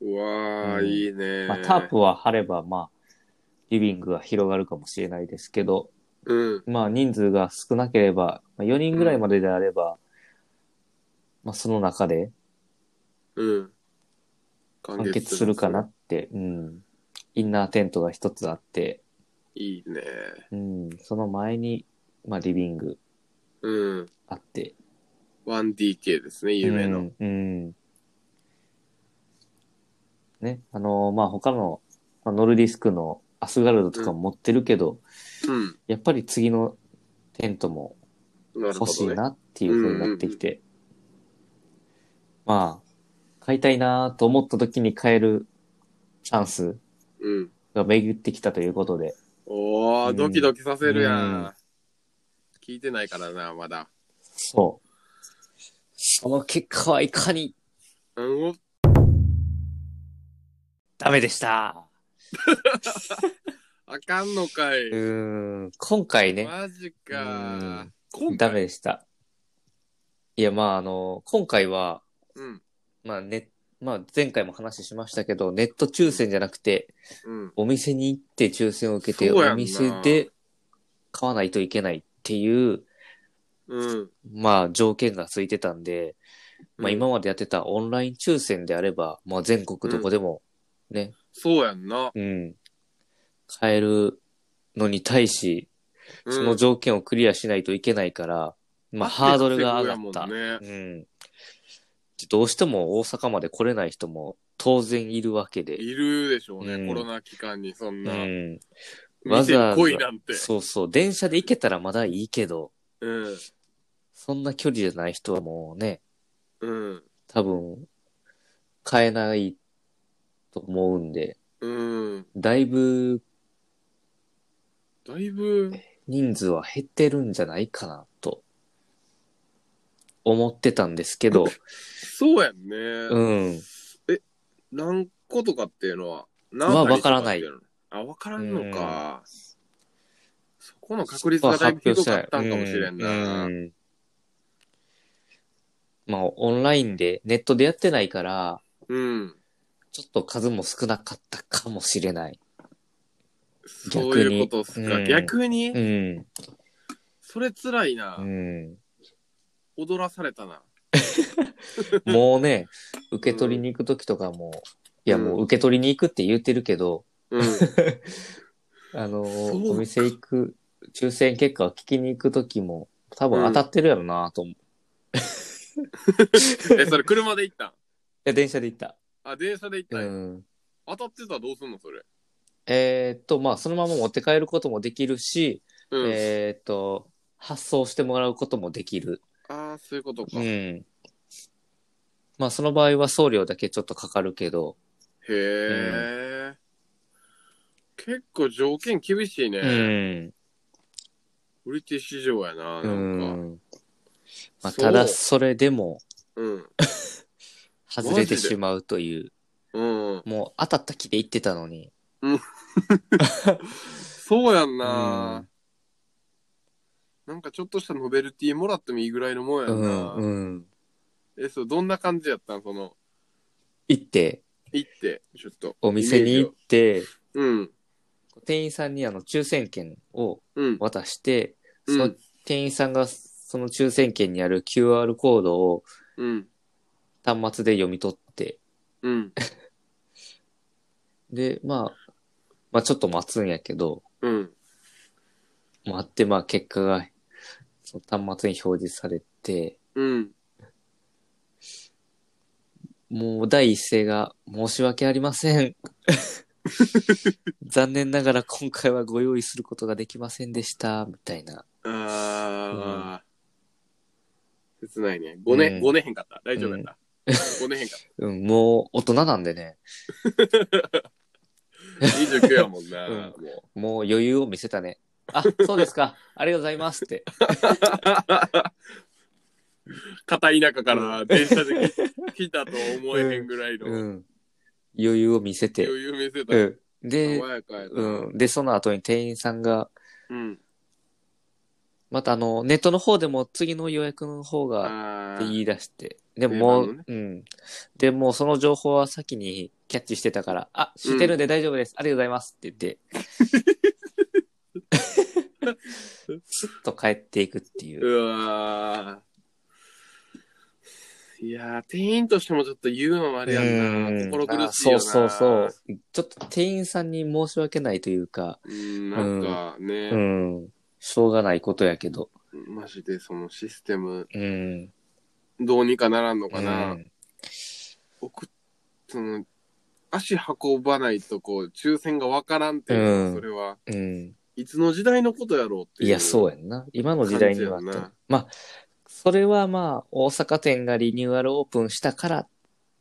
[SPEAKER 1] うわー、
[SPEAKER 2] うん
[SPEAKER 1] いいね。
[SPEAKER 2] まあ、タープは張れば、まあ、リビングが広がるかもしれないですけど、
[SPEAKER 1] うん。
[SPEAKER 2] まあ、人数が少なければ、まあ、4人ぐらいまでであれば、まあ、その中で
[SPEAKER 1] うん。完
[SPEAKER 2] 完結するかな。って、うん。インナーテントが一つあって、
[SPEAKER 1] いいね。
[SPEAKER 2] うん。その前に、まあ、リビング
[SPEAKER 1] うん。
[SPEAKER 2] あって。
[SPEAKER 1] 1DK ですね、夢の。
[SPEAKER 2] うん。うんね、あのーまあ、他の、まあ、ノルディスクのアスガルドとかも持ってるけど、
[SPEAKER 1] うん。
[SPEAKER 2] やっぱり次のテントも
[SPEAKER 1] なるほ
[SPEAKER 2] 欲しい
[SPEAKER 1] どね。
[SPEAKER 2] なっていう風になってきて、まあ、買いたいなと思った時に買えるチャンス
[SPEAKER 1] うん。
[SPEAKER 2] が巡ってきたということで、
[SPEAKER 1] お
[SPEAKER 2] う
[SPEAKER 1] ー、
[SPEAKER 2] ん
[SPEAKER 1] ドキドキさせるや
[SPEAKER 2] うん
[SPEAKER 1] ん。聞いてないからな、まだ。
[SPEAKER 2] そう。その結果はいかに
[SPEAKER 1] うんお
[SPEAKER 2] ダメでした。
[SPEAKER 1] あかんのか
[SPEAKER 2] う
[SPEAKER 1] い。
[SPEAKER 2] ーん、今回ね、
[SPEAKER 1] マジ
[SPEAKER 2] う
[SPEAKER 1] か
[SPEAKER 2] ん。
[SPEAKER 1] 今回
[SPEAKER 2] ダメ。でした。いや、まあ、あの、今回は、
[SPEAKER 1] うん。
[SPEAKER 2] まあ、ね、まあ、前回も話しましたけど、ネット抽選じゃなくて、
[SPEAKER 1] うん。
[SPEAKER 2] お店に行って抽選を受けて、
[SPEAKER 1] そうやんな
[SPEAKER 2] お店で買わないといけないっていう、
[SPEAKER 1] うん。
[SPEAKER 2] まあ条件がついてたんで、まあ今までやってたオンライン抽選であれば、まあ全国どこでもね、
[SPEAKER 1] そうやんな。
[SPEAKER 2] うん、買えるのに対し、
[SPEAKER 1] うん
[SPEAKER 2] その条件をクリアしないといけないから、まあハードルが上がった。
[SPEAKER 1] アクセスやもんね
[SPEAKER 2] うん。どうしても大阪まで来れない人も当然いるわけで。
[SPEAKER 1] いるでしょうね、
[SPEAKER 2] うん
[SPEAKER 1] コロナ期間にそん
[SPEAKER 2] う
[SPEAKER 1] な。
[SPEAKER 2] ん。わ
[SPEAKER 1] 店
[SPEAKER 2] ざ
[SPEAKER 1] に
[SPEAKER 2] わざ
[SPEAKER 1] 来いなんて。
[SPEAKER 2] そうそう。電車で行けたらまだいいけど、
[SPEAKER 1] うん。
[SPEAKER 2] そんな距離じゃない人はもうね、
[SPEAKER 1] うん。
[SPEAKER 2] 多分、買えないと思うんで、
[SPEAKER 1] うん。
[SPEAKER 2] だいぶ
[SPEAKER 1] だいぶ、
[SPEAKER 2] 人数は減ってるんじゃないかなと、思ってたんで
[SPEAKER 1] [laughs]
[SPEAKER 2] すけど、
[SPEAKER 1] そうやんね。
[SPEAKER 2] うん。
[SPEAKER 1] 何個とかっていうのは、何
[SPEAKER 2] まあ
[SPEAKER 1] 割
[SPEAKER 2] わからない
[SPEAKER 1] とってうのあ、わからんのか。そこの確率がだいぶ
[SPEAKER 2] 発
[SPEAKER 1] ひ
[SPEAKER 2] 表
[SPEAKER 1] ど
[SPEAKER 2] し
[SPEAKER 1] か
[SPEAKER 2] た
[SPEAKER 1] っ
[SPEAKER 2] い
[SPEAKER 1] たんかもしれんな。
[SPEAKER 2] ううんまあ、オンラインで、ネットでやってないから、
[SPEAKER 1] うん。
[SPEAKER 2] ちょっと数も少なかったかもしれない。
[SPEAKER 1] そういうことっす
[SPEAKER 2] 逆
[SPEAKER 1] か。
[SPEAKER 2] に
[SPEAKER 1] 逆に
[SPEAKER 2] うん。
[SPEAKER 1] それ辛いな
[SPEAKER 2] う。ん。
[SPEAKER 1] 踊らされたな。
[SPEAKER 2] もうね、受け取りに行くときとかも、いやもう受け取りに行くって言ってるけど、 [laughs]
[SPEAKER 1] うん。
[SPEAKER 2] あのー
[SPEAKER 1] そうか
[SPEAKER 2] お店行く、抽選結果を聞きに行くときも、多分当たってるやろなと思う。い
[SPEAKER 1] え、それ車で行ったん
[SPEAKER 2] や、電車で行った。
[SPEAKER 1] あ、電車で行った
[SPEAKER 2] うん
[SPEAKER 1] や
[SPEAKER 2] ん。
[SPEAKER 1] 当たってたらどうすんのそれ。
[SPEAKER 2] えーっと、まあ、そのまま持って帰ることもできるし、
[SPEAKER 1] うん。
[SPEAKER 2] えーっと、発送してもらうこともできる。
[SPEAKER 1] ああ、そういうことか。
[SPEAKER 2] う
[SPEAKER 1] へ
[SPEAKER 2] ん。まあ、その場合は送料だけちょっとかかるけど、
[SPEAKER 1] え。結構条件厳しいね。
[SPEAKER 2] うん。
[SPEAKER 1] 売り手市場やな、
[SPEAKER 2] う
[SPEAKER 1] なんか。
[SPEAKER 2] ん。まあ、
[SPEAKER 1] そう
[SPEAKER 2] ただ、それでも、
[SPEAKER 1] うん。
[SPEAKER 2] 外れ
[SPEAKER 1] マジ
[SPEAKER 2] て
[SPEAKER 1] で
[SPEAKER 2] しまうという、
[SPEAKER 1] うん。
[SPEAKER 2] もう当たった気で言ってたのに。
[SPEAKER 1] そうやんな。なんかちょっとしたノベルティもらってもいいぐらいのもんや
[SPEAKER 2] うんん、
[SPEAKER 1] な。
[SPEAKER 2] うん。
[SPEAKER 1] え、そう、どんな感じやったんその、
[SPEAKER 2] 行って、
[SPEAKER 1] 行って、ちょっと。
[SPEAKER 2] お店に行っ
[SPEAKER 1] イ
[SPEAKER 2] て、
[SPEAKER 1] メージを。うん。
[SPEAKER 2] 店員さんにあの抽選券を
[SPEAKER 1] うん。
[SPEAKER 2] 渡して、
[SPEAKER 1] うん
[SPEAKER 2] その店員さんがその抽選券にある QR コードを
[SPEAKER 1] うん。
[SPEAKER 2] 端末で読み取って、
[SPEAKER 1] うん。
[SPEAKER 2] で、まあ、まあちょっと待つんやけど、
[SPEAKER 1] うん。
[SPEAKER 2] 待って、まあ結果が、その端末に表示されて、
[SPEAKER 1] うん。
[SPEAKER 2] もう第一声が、申し訳ありません。残念ながら今回はご用意することができませんでした、みたいな。
[SPEAKER 1] あー。切ないね。ごね、
[SPEAKER 2] うん
[SPEAKER 1] ごねへんかった。大丈夫やった。ごねへんかっ
[SPEAKER 2] うん、もう大人なんでね、
[SPEAKER 1] た。29やもんな。
[SPEAKER 2] うん
[SPEAKER 1] [laughs] もう。
[SPEAKER 2] もう余裕を見せたね。あ、そうですか。ありがとうございますって。
[SPEAKER 1] 片田舎から電車で来たと思えへんぐらいの
[SPEAKER 2] う
[SPEAKER 1] 余
[SPEAKER 2] ん。余裕を見せて。
[SPEAKER 1] 裕見せた。
[SPEAKER 2] うん。で、
[SPEAKER 1] 爽やかやな。
[SPEAKER 2] うん。で、その後に店員さんが、
[SPEAKER 1] うん。
[SPEAKER 2] またあの、ネットの方でも次の予約の方が、っ
[SPEAKER 1] あ
[SPEAKER 2] て言
[SPEAKER 1] ー
[SPEAKER 2] い出して、でもも
[SPEAKER 1] 定
[SPEAKER 2] う、うん。でも、その情報は先にキャッチしてたから、あ、知ってるんで大丈夫です。ありがとうございますって
[SPEAKER 1] [laughs]
[SPEAKER 2] 言って、スッと帰っていくっていう。
[SPEAKER 1] うわーいやー、店員としてもちょっと言うのもあれやんな。
[SPEAKER 2] うん
[SPEAKER 1] 心苦しい
[SPEAKER 2] あ
[SPEAKER 1] よな。
[SPEAKER 2] そうそうそう。。ちょっと店員さんに申し訳ないというか、
[SPEAKER 1] ん、なんか
[SPEAKER 2] う
[SPEAKER 1] ね、
[SPEAKER 2] ん。しょうがないことやけど。
[SPEAKER 1] マジでそのシステム、
[SPEAKER 2] うん。
[SPEAKER 1] どうにかならんのかな。
[SPEAKER 2] うん
[SPEAKER 1] 送っその、足運ばないとこう、抽選がわからんっていうのは、
[SPEAKER 2] うん
[SPEAKER 1] それは、
[SPEAKER 2] うん。
[SPEAKER 1] いつの時代のことやろうっていう。
[SPEAKER 2] いや、
[SPEAKER 1] う。
[SPEAKER 2] そうやんな。今の時代にはあっ
[SPEAKER 1] 感じやん
[SPEAKER 2] た
[SPEAKER 1] な。
[SPEAKER 2] まあ、それはまあ、大阪店がリニューアルオープンしたから、っ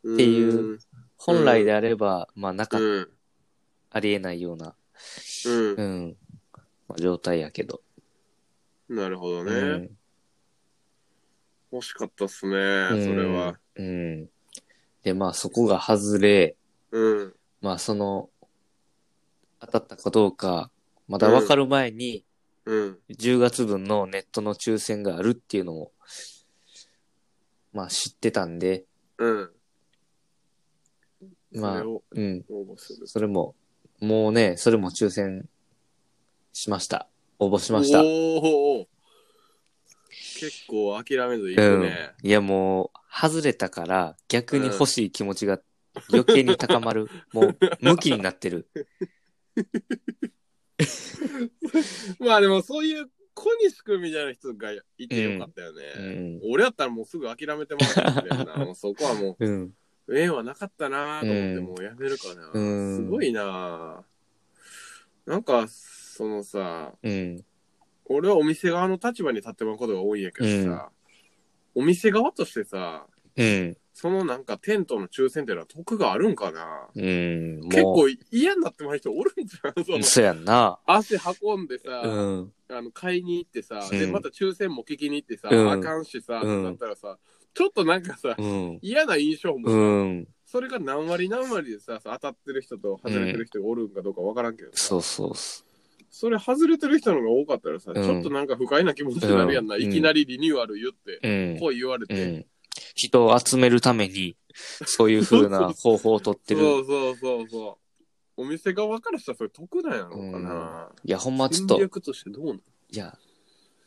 [SPEAKER 2] ていう。本来であれば、まあ、なか
[SPEAKER 1] う
[SPEAKER 2] っ
[SPEAKER 1] ん。
[SPEAKER 2] ありえないような、
[SPEAKER 1] う
[SPEAKER 2] うん、まあ、状態やけど。
[SPEAKER 1] ん。なるほどね。
[SPEAKER 2] うん
[SPEAKER 1] 欲しかったっすね、
[SPEAKER 2] うん
[SPEAKER 1] それは。
[SPEAKER 2] うん。で、まあ、そこが外れ、
[SPEAKER 1] うん。
[SPEAKER 2] まあ、その、当たったかどうか、まだわかる前に、
[SPEAKER 1] うん。
[SPEAKER 2] 10月分のネットの抽選があるっていうのも、まあ、知ってたんで、
[SPEAKER 1] うん。
[SPEAKER 2] ま
[SPEAKER 1] そ
[SPEAKER 2] あ
[SPEAKER 1] れ、を
[SPEAKER 2] うん。
[SPEAKER 1] 応募する。
[SPEAKER 2] それも、もうね、それも抽選しました。応募しました。
[SPEAKER 1] おお結構諦めずいくね。
[SPEAKER 2] いやもう、外れたから逆に欲しい気持ちが余計に高
[SPEAKER 1] [laughs]
[SPEAKER 2] まる。もう、向きになってる。
[SPEAKER 1] まあでもそういう小西君みたいな人がいてよかったよね。
[SPEAKER 2] うん。
[SPEAKER 1] 俺やったらもうすぐ諦めてますよ [laughs] な。もうそこはも
[SPEAKER 2] うん。
[SPEAKER 1] う、縁はなかったなと思って、
[SPEAKER 2] うん
[SPEAKER 1] もうやめるかな。
[SPEAKER 2] うん
[SPEAKER 1] すごいななんか、そのさ、
[SPEAKER 2] うん。
[SPEAKER 1] 俺はお店側の立場に立ってもらうことが多いんやけどさ、お店側としてさ、
[SPEAKER 2] うん。
[SPEAKER 1] そのなんかテントの抽選っていうのは得があるんかな
[SPEAKER 2] うん。
[SPEAKER 1] 結
[SPEAKER 2] も、
[SPEAKER 1] 構嫌になってもらう人おるんじゃんそうの
[SPEAKER 2] そうやんな。
[SPEAKER 1] 足運んでさ、
[SPEAKER 2] うん。
[SPEAKER 1] あの買いに行ってさ、で
[SPEAKER 2] うん
[SPEAKER 1] また抽選も聞きに行ってさ、
[SPEAKER 2] うん
[SPEAKER 1] あかんしさ、
[SPEAKER 2] うん
[SPEAKER 1] だったらさちょっとなんかさ
[SPEAKER 2] うん。
[SPEAKER 1] 嫌な印象も、
[SPEAKER 2] うん。
[SPEAKER 1] それが何割何割でさ当たってる人と外れてる人がおるんかどうかわからんけど、
[SPEAKER 2] そうそうそ
[SPEAKER 1] それ外れてる人の方が多かったらさ、
[SPEAKER 2] うん
[SPEAKER 1] ちょっとなんか不快な気持ちになるやんな、
[SPEAKER 2] うん
[SPEAKER 1] いきなりリニューアル言って、
[SPEAKER 2] う。うん。
[SPEAKER 1] こう言われ
[SPEAKER 2] う
[SPEAKER 1] て、
[SPEAKER 2] ん。人を集めるために、そういう風な方法をとっ
[SPEAKER 1] [laughs]
[SPEAKER 2] て
[SPEAKER 1] そ
[SPEAKER 2] る。
[SPEAKER 1] うそうそうそうお店側からしたらそれ得なんやろうかな、
[SPEAKER 2] いや、ほんまちょ
[SPEAKER 1] 戦
[SPEAKER 2] っと、い
[SPEAKER 1] 略としてどうなん
[SPEAKER 2] や、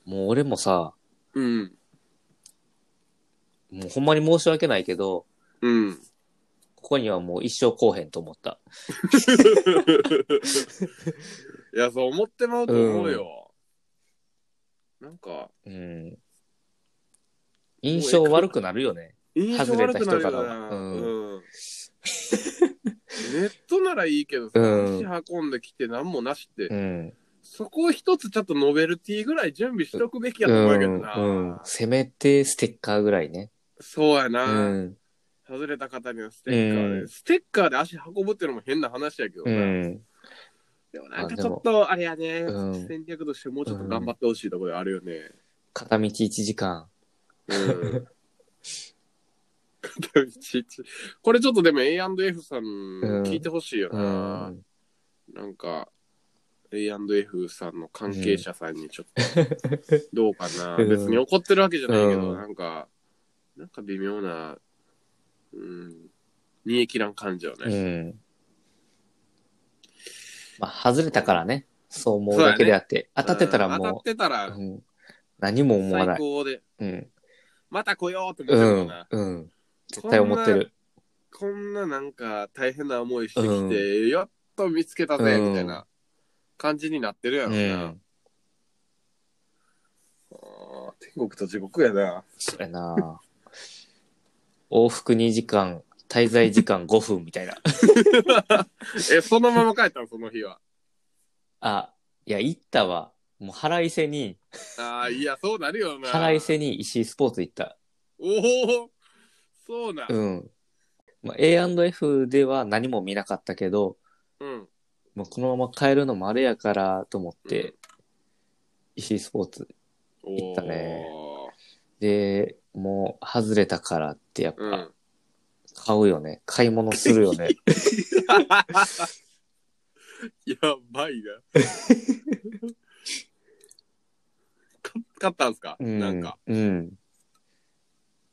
[SPEAKER 2] もう俺もさ、
[SPEAKER 1] うん
[SPEAKER 2] もうほんまに申し訳ないけど、 [laughs]
[SPEAKER 1] うん
[SPEAKER 2] ここにはもう一生来おへんと思った。
[SPEAKER 1] いや、そう思ってまうと思うよ。なんか、
[SPEAKER 2] うん。印象悪くなるよね。
[SPEAKER 1] 印象悪くなるよ
[SPEAKER 2] 外れた人から
[SPEAKER 1] な。
[SPEAKER 2] はうん
[SPEAKER 1] うん。ネットならいいけどさ、
[SPEAKER 2] うん
[SPEAKER 1] 足運んできて何もなしって、
[SPEAKER 2] うん。
[SPEAKER 1] そこを一つちょっとノベルティぐらい準備しとくべきや
[SPEAKER 2] う
[SPEAKER 1] と思うけど
[SPEAKER 2] ん。
[SPEAKER 1] な。
[SPEAKER 2] うんせめてステッカーぐらいね。
[SPEAKER 1] そうや
[SPEAKER 2] う
[SPEAKER 1] な、
[SPEAKER 2] ん。
[SPEAKER 1] 外れた方にはステッカーで、
[SPEAKER 2] うん
[SPEAKER 1] ステッカーで足運ぶっていうのも変な話やけど
[SPEAKER 2] う
[SPEAKER 1] な。
[SPEAKER 2] ん。
[SPEAKER 1] でもなんかちょっと、あれやね、
[SPEAKER 2] うん
[SPEAKER 1] 戦略としてもうちょっと頑張ってほしいところあるよね。
[SPEAKER 2] [laughs] 片道1時間。
[SPEAKER 1] うん片道一これちょっとでも A&F さん聞いてほしいよ
[SPEAKER 2] う
[SPEAKER 1] な、
[SPEAKER 2] ん。
[SPEAKER 1] なんか A&F さんの関係者さんにちょっ
[SPEAKER 2] [laughs]
[SPEAKER 1] とどうかな、
[SPEAKER 2] うん
[SPEAKER 1] 別に怒ってるわけじゃないけど、
[SPEAKER 2] うん
[SPEAKER 1] なんかなんか微妙なうん煮え切らん感じよ
[SPEAKER 2] う
[SPEAKER 1] ね、
[SPEAKER 2] ん。まあ、外れたからね。そう思うだけであって。当たってたら
[SPEAKER 1] うん当たっ
[SPEAKER 2] も
[SPEAKER 1] てた
[SPEAKER 2] う、
[SPEAKER 1] ら
[SPEAKER 2] うん何も思わ
[SPEAKER 1] 最
[SPEAKER 2] ない。
[SPEAKER 1] 高で
[SPEAKER 2] うん。
[SPEAKER 1] また来ようって思
[SPEAKER 2] う
[SPEAKER 1] ってるよ
[SPEAKER 2] ん
[SPEAKER 1] な、。
[SPEAKER 2] うん。絶対思ってる。
[SPEAKER 1] こんななんか大変な思いしてきて、
[SPEAKER 2] う
[SPEAKER 1] やっと見つけたぜ、
[SPEAKER 2] うん
[SPEAKER 1] みたいな感じになってるや
[SPEAKER 2] う
[SPEAKER 1] ろな。あ
[SPEAKER 2] ん。
[SPEAKER 1] ー天国と地獄やな。 [laughs]
[SPEAKER 2] それな往復2時間、滞在時間5分みたいな。
[SPEAKER 1] え、そのまま帰ったの、その日は。
[SPEAKER 2] あ、いや、行ったわ。もう腹いせに、
[SPEAKER 1] ああ、いや、そうなるよな。
[SPEAKER 2] 腹いせに石井スポーツ行った。
[SPEAKER 1] おおそうなん。
[SPEAKER 2] うん。まあ、A&F では何も見なかったけど、
[SPEAKER 1] うん。
[SPEAKER 2] もうこのまま帰るのもあれやからと思っ
[SPEAKER 1] う
[SPEAKER 2] て、石井スポーツ。
[SPEAKER 1] お
[SPEAKER 2] 行ったねで、もう外れたからってやっ
[SPEAKER 1] う
[SPEAKER 2] ぱ
[SPEAKER 1] ん。
[SPEAKER 2] 買うよね。買い物するよね。
[SPEAKER 1] [laughs] やばいな。
[SPEAKER 2] [laughs]
[SPEAKER 1] か買ったんすか、
[SPEAKER 2] うん。
[SPEAKER 1] なんか。
[SPEAKER 2] うん。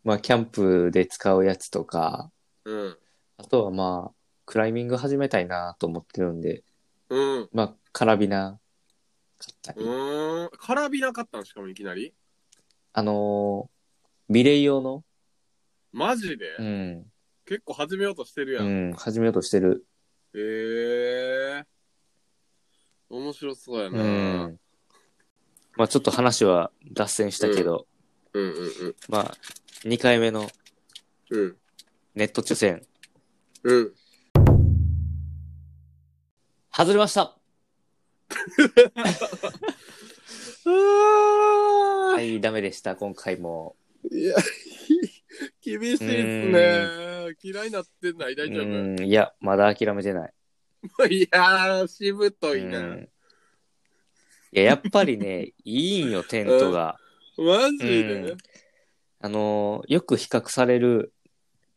[SPEAKER 2] まあ、キャンプで使うやつとか、
[SPEAKER 1] うん。
[SPEAKER 2] あとはまあ、クライミング始めたいなと思ってるんで、
[SPEAKER 1] うん。
[SPEAKER 2] まあ、カラビナ買ったり、
[SPEAKER 1] うーん。カラビナ買ったんしかもいきなり
[SPEAKER 2] あのー、ビレイ用の、
[SPEAKER 1] マジで、
[SPEAKER 2] うん、
[SPEAKER 1] 結構始めようとしてるや。
[SPEAKER 2] うん
[SPEAKER 1] へ
[SPEAKER 2] ん、始めようとしてる。
[SPEAKER 1] えー。面白そうや
[SPEAKER 2] う
[SPEAKER 1] な。うん
[SPEAKER 2] ん。まあ、ちょっと話は脱線したけど、
[SPEAKER 1] うんうん
[SPEAKER 2] まあ、2回目の
[SPEAKER 1] うん。
[SPEAKER 2] ネット抽選、
[SPEAKER 1] うん。
[SPEAKER 2] 外れました
[SPEAKER 1] あ
[SPEAKER 2] はい、ダメでした、今回も。
[SPEAKER 1] ーいや、厳しいっすね。嫌いになってない大丈夫、
[SPEAKER 2] うん、いや、まだ諦めてない。
[SPEAKER 1] [laughs] いやー、しぶというな。
[SPEAKER 2] んいや、やっぱりね、いいんよ、テントが。
[SPEAKER 1] マジで、
[SPEAKER 2] うんあのーよく比較される、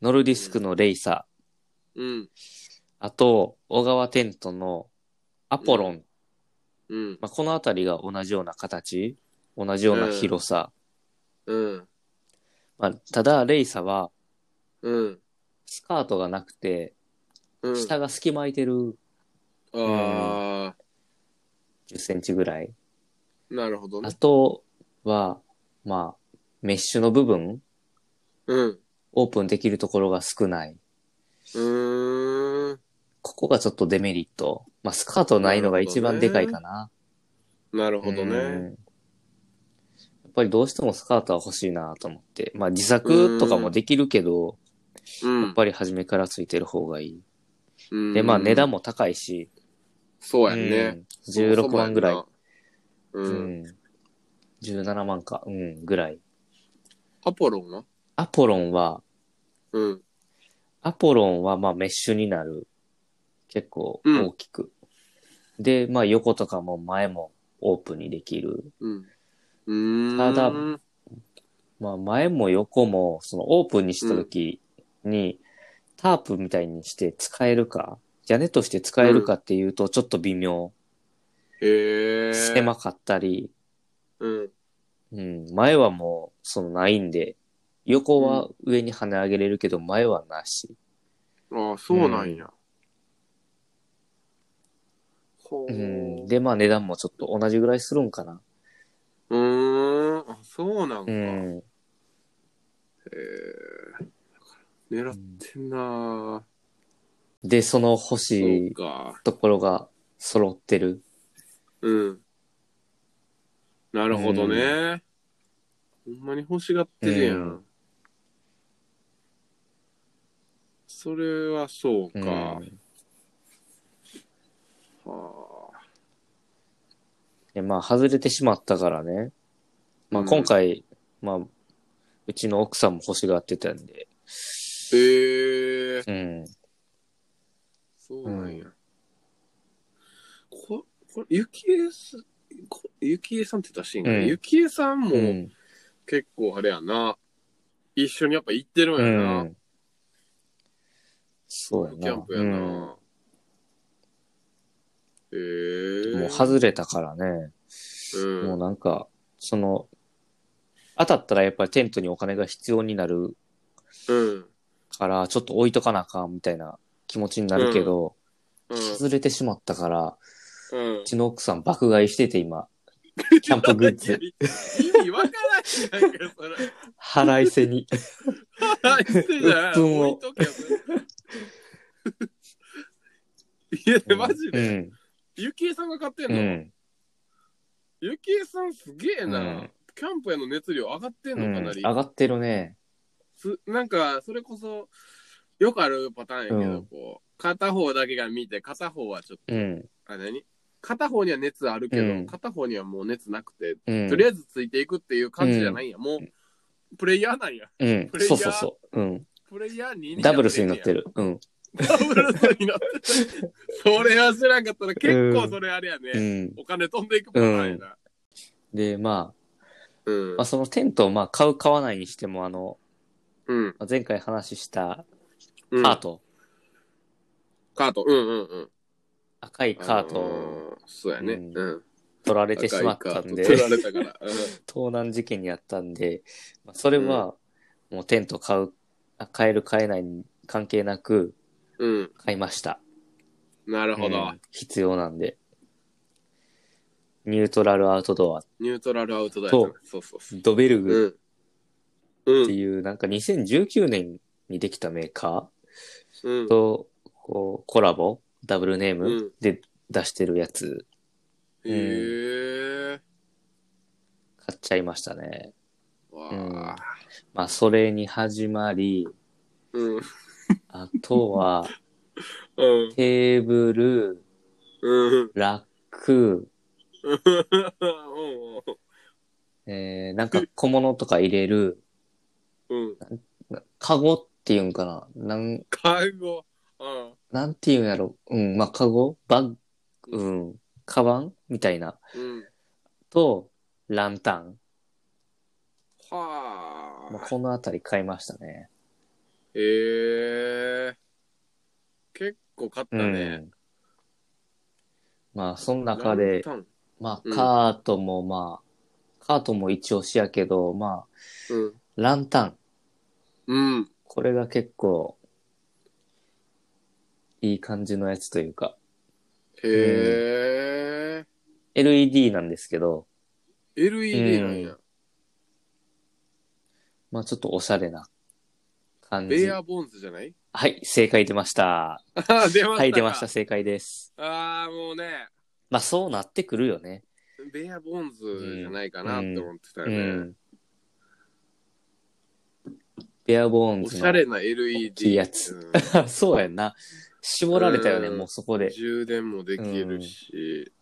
[SPEAKER 2] ノルディスクのレイサ
[SPEAKER 1] うん。
[SPEAKER 2] ー、あと、小川テントのアポロン。
[SPEAKER 1] うん。
[SPEAKER 2] まあ、このあたりが同じような形、同じような広さ。
[SPEAKER 1] うん。
[SPEAKER 2] まあ、ただ、レイサーは、
[SPEAKER 1] うん。
[SPEAKER 2] スカートがなくて、
[SPEAKER 1] うん。
[SPEAKER 2] 下が隙間空いてる
[SPEAKER 1] あ
[SPEAKER 2] 10センチぐらい。
[SPEAKER 1] ー、なるほどね
[SPEAKER 2] あ。とは、まあ、メッシュの部分、
[SPEAKER 1] うん。
[SPEAKER 2] オープンできるところが少ない。
[SPEAKER 1] うーん。
[SPEAKER 2] ここがちょっとデメリット。まあ、スカートないのが一番でかいかな。
[SPEAKER 1] なるほど
[SPEAKER 2] うん
[SPEAKER 1] ね。
[SPEAKER 2] やっぱりどうしてもスカートは欲しいなと思って。まあ、自作とかもできるけど、
[SPEAKER 1] うん。
[SPEAKER 2] やっぱり初めからついてる方がいい。
[SPEAKER 1] うん
[SPEAKER 2] で、まあ、値段。も高いし、
[SPEAKER 1] そう
[SPEAKER 2] う
[SPEAKER 1] や
[SPEAKER 2] ん
[SPEAKER 1] ね。
[SPEAKER 2] 16万ぐらい。。
[SPEAKER 1] う。
[SPEAKER 2] うんん。17万か、うん、ぐらい。
[SPEAKER 1] アポロンは
[SPEAKER 2] アポロンは、
[SPEAKER 1] うん。
[SPEAKER 2] アポロンはまあメッシュになる。結構大きく。で、まあ横とかも前もオープンにできる。
[SPEAKER 1] うん。うーん。
[SPEAKER 2] ただまあ前も横もそのオープンにした時にタープみたいにして使えるか、屋根として使えるかっていうとちょっと微妙。
[SPEAKER 1] へえ。
[SPEAKER 2] 狭かったり、
[SPEAKER 1] うん。
[SPEAKER 2] うん、前はもうそのないんで、横は上に跳ね上げれるけど前はなし。
[SPEAKER 1] ああ、そうなんや。ほう。
[SPEAKER 2] うん、
[SPEAKER 1] で、
[SPEAKER 2] でまあ値段もちょっと同じぐらいするんかな。
[SPEAKER 1] うーん。あ、そうなん
[SPEAKER 2] う
[SPEAKER 1] か。へ
[SPEAKER 2] ん。
[SPEAKER 1] え。狙ってんな
[SPEAKER 2] で、その欲
[SPEAKER 1] ぁ
[SPEAKER 2] しい
[SPEAKER 1] そうか。
[SPEAKER 2] ところが揃ってる。
[SPEAKER 1] うん。なるほどね。ほんまに欲しがってるや。
[SPEAKER 2] うん
[SPEAKER 1] それはそう
[SPEAKER 2] うん
[SPEAKER 1] か。はあ。
[SPEAKER 2] でまあ、外れてしまったからね。まあ、
[SPEAKER 1] うん
[SPEAKER 2] 今回、まあ、うちの奥さんも欲しがってたんで。
[SPEAKER 1] ええ
[SPEAKER 2] うん。
[SPEAKER 1] そうなんや。こ、これ、ゆきえさん、こゆきえさんって言ったらしいんかな、
[SPEAKER 2] うん
[SPEAKER 1] ゆきえさんも
[SPEAKER 2] うん。
[SPEAKER 1] 結構あれやな。一緒にやっぱ行ってるん
[SPEAKER 2] う
[SPEAKER 1] やな。
[SPEAKER 2] ん。そう
[SPEAKER 1] キャ
[SPEAKER 2] や
[SPEAKER 1] ン
[SPEAKER 2] な。
[SPEAKER 1] プやな。
[SPEAKER 2] うん
[SPEAKER 1] ええ
[SPEAKER 2] もう外れたからね。
[SPEAKER 1] うん、
[SPEAKER 2] もうなんか、その、当たったらやっぱりテントにお金が必要になる
[SPEAKER 1] うん。
[SPEAKER 2] から、ちょっと置いとかなあかんみたいな気持ちになるけど、
[SPEAKER 1] う
[SPEAKER 2] 外れてしまったから、
[SPEAKER 1] ん。う。
[SPEAKER 2] うんちの奥さん爆買いしてて今、キャンプグッズ。
[SPEAKER 1] [laughs] 意味わからんやんけ、それ。
[SPEAKER 2] 腹いせ
[SPEAKER 1] [laughs]
[SPEAKER 2] に。
[SPEAKER 1] はい、してんじゃない
[SPEAKER 2] 鬱憤を
[SPEAKER 1] 置いとけよ [laughs] いや、でマジで、ゆきえさんが買ってん
[SPEAKER 2] うん。
[SPEAKER 1] の、
[SPEAKER 2] うん。
[SPEAKER 1] ゆきえさんすげえな、
[SPEAKER 2] うん
[SPEAKER 1] キャンプへの熱量上がってん
[SPEAKER 2] う
[SPEAKER 1] のか
[SPEAKER 2] ん
[SPEAKER 1] なり、
[SPEAKER 2] 上がってるね。
[SPEAKER 1] すなんかそれこそよくあるパターンやけど、
[SPEAKER 2] うん
[SPEAKER 1] こう片方だけが見て片方はちょっと
[SPEAKER 2] うん。
[SPEAKER 1] あ何片方には熱あるけど、
[SPEAKER 2] うん
[SPEAKER 1] 片方にはもう熱なくて、
[SPEAKER 2] うん。
[SPEAKER 1] とりあえずついていくっていう感じじゃないんや、もうプレイヤーなんや
[SPEAKER 2] うん。そうそうそう。うん。
[SPEAKER 1] プレイヤーに
[SPEAKER 2] ダブルスになってる。うん。
[SPEAKER 1] ダブルスになってるそれは知らんかったら結構それあれやね、
[SPEAKER 2] うん。
[SPEAKER 1] お金飛んでいくパターンやな
[SPEAKER 2] で、ま
[SPEAKER 1] うん
[SPEAKER 2] あ、まあ、そのテントをまあ買う買わないにしても、あの、
[SPEAKER 1] うん
[SPEAKER 2] まあ前回話した
[SPEAKER 1] うん
[SPEAKER 2] カート、
[SPEAKER 1] カートうんうんうん
[SPEAKER 2] 赤いカートを
[SPEAKER 1] あのーそうやね。
[SPEAKER 2] うん
[SPEAKER 1] うん。
[SPEAKER 2] 取られ
[SPEAKER 1] 赤
[SPEAKER 2] て
[SPEAKER 1] いカ
[SPEAKER 2] しまったん
[SPEAKER 1] ート
[SPEAKER 2] で、
[SPEAKER 1] 取られたから。うん
[SPEAKER 2] 盗難事件にあったんで、まあ、それは、もうテント買う、あ買える買えないに関係なく
[SPEAKER 1] うん。
[SPEAKER 2] 買いました。
[SPEAKER 1] なるほど。
[SPEAKER 2] うん必要なんで。ニュートラルアウトドア、
[SPEAKER 1] ニュートラルアウトだ
[SPEAKER 2] そ
[SPEAKER 1] よ
[SPEAKER 2] う。
[SPEAKER 1] そうそうそう。
[SPEAKER 2] ドベルグ
[SPEAKER 1] うん。う
[SPEAKER 2] って
[SPEAKER 1] ん。
[SPEAKER 2] いう、なんか2019年にできたメーカ
[SPEAKER 1] うん
[SPEAKER 2] ー。と、こう、コラボ、ダブルネー
[SPEAKER 1] う
[SPEAKER 2] ム
[SPEAKER 1] ん
[SPEAKER 2] で出してるやつ、
[SPEAKER 1] へえ。
[SPEAKER 2] 買っちゃいましたね。
[SPEAKER 1] わあ。
[SPEAKER 2] まあ、それに始まり、
[SPEAKER 1] うん。
[SPEAKER 2] あ
[SPEAKER 1] [laughs]
[SPEAKER 2] とは、
[SPEAKER 1] うん。
[SPEAKER 2] テーブル、
[SPEAKER 1] うん。
[SPEAKER 2] ラック、
[SPEAKER 1] うん。
[SPEAKER 2] えー、なんか小物とか入れる、
[SPEAKER 1] うん。
[SPEAKER 2] カゴっていうんかななん、
[SPEAKER 1] 介護。うん。
[SPEAKER 2] なんていうんやろうん、まあ、カゴバッグ、うん、カバンみたいな。
[SPEAKER 1] うん。
[SPEAKER 2] と、ランタン。まあ、
[SPEAKER 1] はあ。
[SPEAKER 2] このあたり買いましたね。
[SPEAKER 1] へえ。結構買ったね。
[SPEAKER 2] うん。まあ、その中
[SPEAKER 1] ラン
[SPEAKER 2] で
[SPEAKER 1] タ、ン
[SPEAKER 2] ま
[SPEAKER 1] うん
[SPEAKER 2] あ、カートもまあ、カートも一押しやけど、まあ、
[SPEAKER 1] うん。
[SPEAKER 2] ランタン。
[SPEAKER 1] うん。
[SPEAKER 2] これが結構、いい感じのやつというか、
[SPEAKER 1] へえ。
[SPEAKER 2] LED なんですけど、
[SPEAKER 1] LED なんや。
[SPEAKER 2] まあちょっとおしゃれな感じ
[SPEAKER 1] ベ。アボンズじゃない [laughs]
[SPEAKER 2] はい、正解出ました。
[SPEAKER 1] あー出ましたか。
[SPEAKER 2] はい、出ました、正解です。
[SPEAKER 1] ああ、もうね、
[SPEAKER 2] まあそうなってくるよね。
[SPEAKER 1] ベアボンズじゃないかなって思ってたよ
[SPEAKER 2] う
[SPEAKER 1] ね。
[SPEAKER 2] ん。ベアボーン
[SPEAKER 1] お
[SPEAKER 2] ズ
[SPEAKER 1] し
[SPEAKER 2] の
[SPEAKER 1] ゃれな
[SPEAKER 2] 大き
[SPEAKER 1] LED。
[SPEAKER 2] いやつ
[SPEAKER 1] うん
[SPEAKER 2] [laughs] そうやんな。絞られたよね、
[SPEAKER 1] うん
[SPEAKER 2] もうそこで。
[SPEAKER 1] 充電もできるし、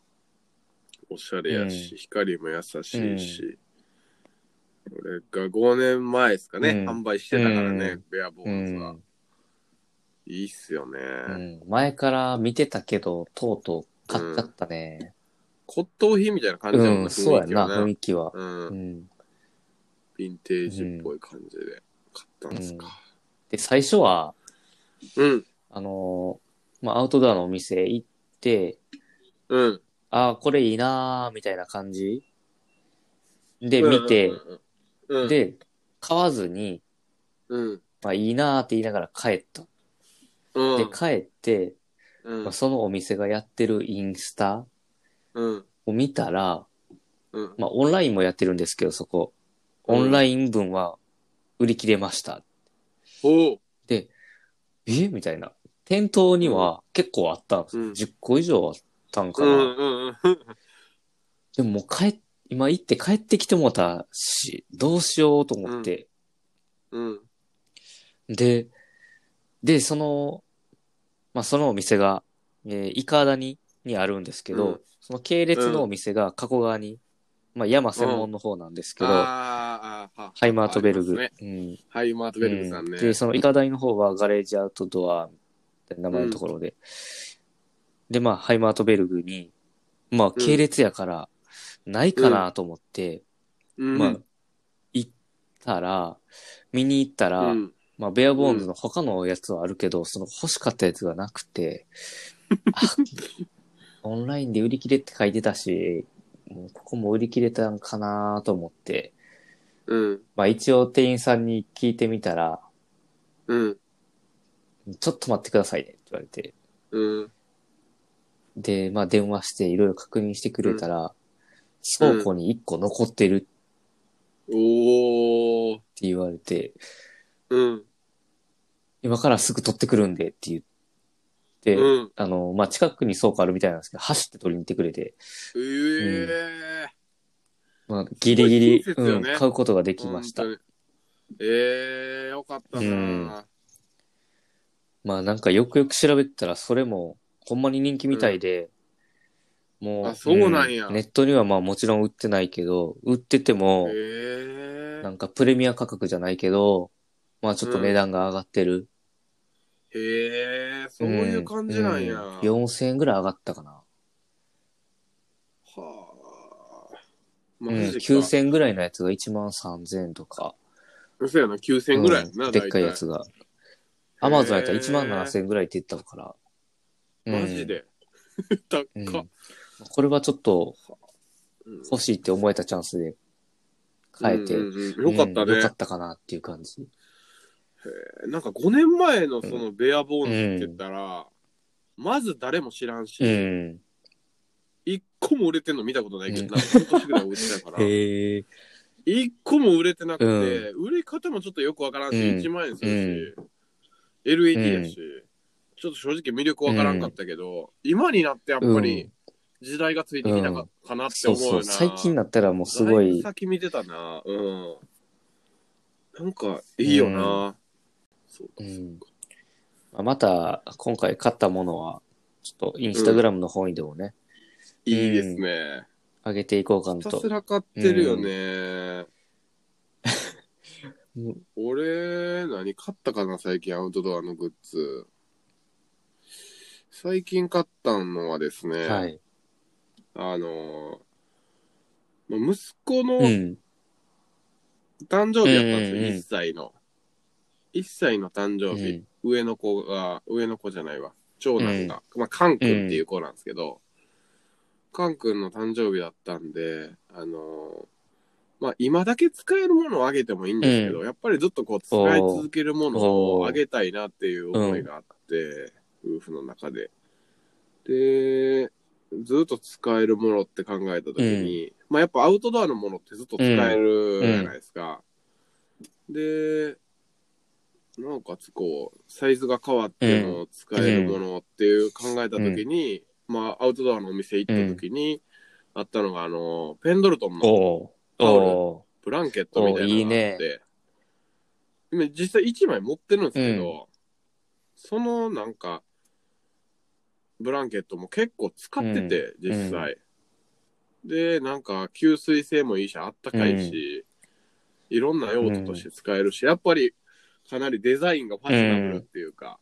[SPEAKER 1] おしゃれやし、
[SPEAKER 2] う
[SPEAKER 1] 光も優しいし。これが5年前ですかね、
[SPEAKER 2] うん
[SPEAKER 1] 販売してたからね、
[SPEAKER 2] うん
[SPEAKER 1] ベアボ
[SPEAKER 2] う
[SPEAKER 1] ンズは。
[SPEAKER 2] ん。
[SPEAKER 1] いいっすよね。
[SPEAKER 2] うん前から見てたけど、とうとう買っちゃったね。
[SPEAKER 1] 骨董品みたいな感じ
[SPEAKER 2] う
[SPEAKER 1] だ
[SPEAKER 2] ん
[SPEAKER 1] も、んね、
[SPEAKER 2] そうやんな、
[SPEAKER 1] 雰
[SPEAKER 2] 雰
[SPEAKER 1] 囲
[SPEAKER 2] 囲気は
[SPEAKER 1] 気。は
[SPEAKER 2] う
[SPEAKER 1] ね。うん。
[SPEAKER 2] ん。
[SPEAKER 1] ヴィンテージっぽい感じで買ったんですか。
[SPEAKER 2] で、最初は、
[SPEAKER 1] うん、
[SPEAKER 2] あのーまあ、アウトドアのお店行って、
[SPEAKER 1] うん。
[SPEAKER 2] ああ、これいいなーみたいな感じで見て、
[SPEAKER 1] うん、うんうん、
[SPEAKER 2] で、買わずに、
[SPEAKER 1] うん、
[SPEAKER 2] まあ、いいなーって言いながら帰った。
[SPEAKER 1] うん。
[SPEAKER 2] で、帰って、
[SPEAKER 1] うん
[SPEAKER 2] まあ、そのお店がやってるインスタ
[SPEAKER 1] うん、
[SPEAKER 2] を見たら、
[SPEAKER 1] うん。
[SPEAKER 2] まあ、オンラインもやってるんですけど、そこ。オンライン分は売り切れました。
[SPEAKER 1] おう
[SPEAKER 2] で、えみたいな。店頭には結構あったんですよ。
[SPEAKER 1] うん
[SPEAKER 2] 10個以上あったんか
[SPEAKER 1] う
[SPEAKER 2] な。
[SPEAKER 1] ん、うん、うん。
[SPEAKER 2] でももう帰っ、今行って帰ってきてもうたし、どうしようと思って。
[SPEAKER 1] うん、
[SPEAKER 2] で、で、その、まあ、そのお店が、えー、イカダに、にあるんですけど、
[SPEAKER 1] うん
[SPEAKER 2] その系列のお店が加古川に、まあ、山専門の方なんですけど、
[SPEAKER 1] あーあー、
[SPEAKER 2] ハイマートベルグ。
[SPEAKER 1] ありますね
[SPEAKER 2] うん。
[SPEAKER 1] ハイマートベルグさん
[SPEAKER 2] う
[SPEAKER 1] ね。
[SPEAKER 2] で、そのイカダイの方はガレージアウトドアって名前のところで。で、まあ、ハイマートベルグに、まあ、系列やから、ないかなと思って、
[SPEAKER 1] うん、
[SPEAKER 2] まあ、行ったら、見に行ったら、
[SPEAKER 1] うん、
[SPEAKER 2] まあ、ベアボーンズの他のやつはあるけど、その欲しかったやつがなく
[SPEAKER 1] [laughs]
[SPEAKER 2] て、あオンラインで売り切れって書いてたし、もうここも売り切れたんかなと思って、
[SPEAKER 1] うん、
[SPEAKER 2] まあ一応店員さんに聞いてみたら、
[SPEAKER 1] うん、
[SPEAKER 2] ちょっと待ってくださいねって言われて。
[SPEAKER 1] うん、
[SPEAKER 2] で、まあ電話していろいろ確認してくれたら、倉庫に1個残ってるって
[SPEAKER 1] おー、
[SPEAKER 2] 言われて、
[SPEAKER 1] うん、
[SPEAKER 2] 今からすぐ取ってくるんでって言って、
[SPEAKER 1] うん、
[SPEAKER 2] あの、まあ近くに倉庫あるみたいなんですけど、走って取りに行ってくれて、
[SPEAKER 1] ええ
[SPEAKER 2] まあギリギリ、
[SPEAKER 1] すごい親切
[SPEAKER 2] う
[SPEAKER 1] よ
[SPEAKER 2] ん
[SPEAKER 1] ね、
[SPEAKER 2] 買うことがで
[SPEAKER 1] ー、
[SPEAKER 2] きました
[SPEAKER 1] 本。当に。ええー、よかったな
[SPEAKER 2] まあなんかよくよく調べてたら、それもほんまに人気みたいで、もう、
[SPEAKER 1] あそうなんや
[SPEAKER 2] うネットにはまあもちろん売ってないけど、売ってても、
[SPEAKER 1] ええ
[SPEAKER 2] な
[SPEAKER 1] ー、
[SPEAKER 2] んかプレミア価格じゃないけど、まあちょっと値段が上がってる。
[SPEAKER 1] ええー、そういう感じなんや。
[SPEAKER 2] う4000円ぐらい上がったかな。
[SPEAKER 1] はあ。
[SPEAKER 2] う
[SPEAKER 1] マ
[SPEAKER 2] ん、
[SPEAKER 1] ジか。
[SPEAKER 2] 9000円ぐらいのやつが1万3000円とか。
[SPEAKER 1] そうやな、9000円ぐらいやな、
[SPEAKER 2] う
[SPEAKER 1] 大
[SPEAKER 2] ん
[SPEAKER 1] 体
[SPEAKER 2] でっかいやつが。アマゾンやったら1万7000円ぐらいって言ったから。うん
[SPEAKER 1] マジ。で。高っ
[SPEAKER 2] うんこれはちょっと
[SPEAKER 1] うん
[SPEAKER 2] 欲しいって思えたチャンスで変えて。
[SPEAKER 1] うんうんうんよかった
[SPEAKER 2] うんよ
[SPEAKER 1] ね
[SPEAKER 2] かっ。たかなっていう感じ。
[SPEAKER 1] なんか5年前のそのベアボーナスって言ったら、まず誰も知らんし、
[SPEAKER 2] うん。
[SPEAKER 1] 一個も売れてんの見たことないけど、なんか半年ぐらい置いてたから、
[SPEAKER 2] [laughs] へえ。
[SPEAKER 1] 一個も売れてなくて、売れ方もちょっとよくわからんし、
[SPEAKER 2] うん
[SPEAKER 1] 1万円するし、LED やし、ちょっと正直魅力わからんかったけど、今になってやっぱり時代がついてきたか,、かなって
[SPEAKER 2] そう
[SPEAKER 1] 思うよ
[SPEAKER 2] そ
[SPEAKER 1] な。
[SPEAKER 2] う。最近になったらもうすご
[SPEAKER 1] だぶ
[SPEAKER 2] い。
[SPEAKER 1] 先見てたな。うん。なんかいいよな。そう
[SPEAKER 2] う。
[SPEAKER 1] かそうん
[SPEAKER 2] まあまた、今回買ったものは、ちょっとインスタグラムの方にでもね、
[SPEAKER 1] いいですね。
[SPEAKER 2] 上げていこうかな
[SPEAKER 1] ひた
[SPEAKER 2] と
[SPEAKER 1] す。ら買ってるよね。
[SPEAKER 2] うん [laughs]
[SPEAKER 1] 俺、何買ったかな最近アウトドアのグッズ。最近買ったのはですね、
[SPEAKER 2] はい。
[SPEAKER 1] あのー、まあ息子の
[SPEAKER 2] うん。
[SPEAKER 1] 誕生日やったんですよ、
[SPEAKER 2] うんうん
[SPEAKER 1] 1歳の。1歳の誕生
[SPEAKER 2] う
[SPEAKER 1] 日、
[SPEAKER 2] ん。
[SPEAKER 1] 上の子が、上の子じゃないわ、長男が、まあ、カン君っていう子なんですけど、カン君の誕生日だったんで、あのーまあ、今だけ使えるものをあげてもいいんですけど、やっぱりずっとこう、使い続けるものをあげたいなっていう思いがあって、夫婦の中で。で、ずっと使えるものって考えたときに、まあ、やっぱアウトドアのものってずっと使えるじゃないですか。で、なおかつこう、サイズが変わっても使えるものっていう考えたときに、まあ、アウトドアのお店行ったときに、あったのが、あの、ペンドルトン
[SPEAKER 2] お
[SPEAKER 1] の
[SPEAKER 2] おうお
[SPEAKER 1] ブランケットみたいなのがあって、今実際1枚持ってるんですけど、そのなんか、ブランケットも結構使ってて、実際。で、なんか、吸水性もいいし、あったかいし、いろんな用途として使えるし、やっぱり、かなりデザインがファッショナブルっていうか、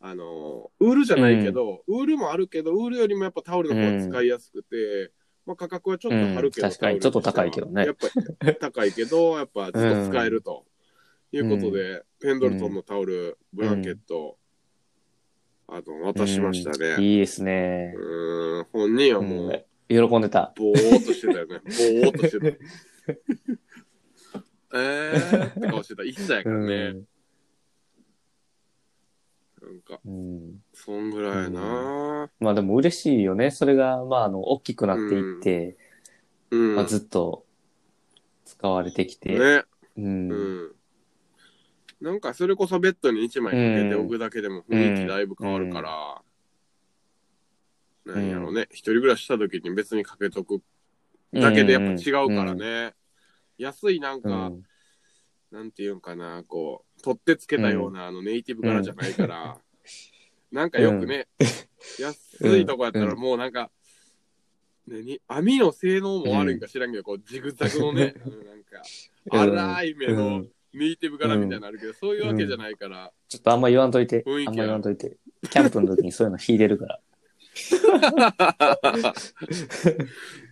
[SPEAKER 1] あの、ウールじゃないけど、ウールもあるけど、ウールよりもやっぱタオルの方が使いやすくて、まあ価格はちょっと張るけど、
[SPEAKER 2] うん確かにちょっと高いけどね
[SPEAKER 1] やっぱり高いけど、やっぱずっと使えると。いうことで、ペンドルトンのタオル、ブランケット、あの、渡しました
[SPEAKER 2] う。
[SPEAKER 1] ね。
[SPEAKER 2] いいですね
[SPEAKER 1] う。ーん、本人はもう、
[SPEAKER 2] うん喜んでた。
[SPEAKER 1] ぼーっとしてたよ [laughs] ね。ぼーっとしてた。 [laughs] えーって顔してた。一歳やからね。なんか、
[SPEAKER 2] うん。
[SPEAKER 1] そんぐらいな
[SPEAKER 2] まあでも嬉しいよね。それが、まあ、あの、大きくなっていって、
[SPEAKER 1] うん。
[SPEAKER 2] まあ、ずっと使われてき
[SPEAKER 1] ね。
[SPEAKER 2] て。うん。
[SPEAKER 1] うん。なんか、それこそベッドに一枚かけておくだけでも雰囲気だいぶ変わるから、
[SPEAKER 2] ん
[SPEAKER 1] なんやろね。一人暮らしした時に別にかけとくだけでやっぱ違うからね。安いなん
[SPEAKER 2] う
[SPEAKER 1] か、
[SPEAKER 2] ん。
[SPEAKER 1] なんていうんかな、こう、取ってつけたような、あのネイティブからじゃないから、なんかよくね、安いとこやったらもうなんか、何網の性能も悪いんか知らんけど、こう、ジグザグの
[SPEAKER 2] [laughs]
[SPEAKER 1] ね、うんなんか、
[SPEAKER 2] うん
[SPEAKER 1] 荒い目のネイティブからみたいなのあるけど、そういうわけじゃない
[SPEAKER 2] [laughs]
[SPEAKER 1] から、
[SPEAKER 2] ちょっとあんま言わんといて。あ
[SPEAKER 1] 雰囲気あ
[SPEAKER 2] ん
[SPEAKER 1] る
[SPEAKER 2] ま言わんといて。キャンプの時にそういうの引いてるから。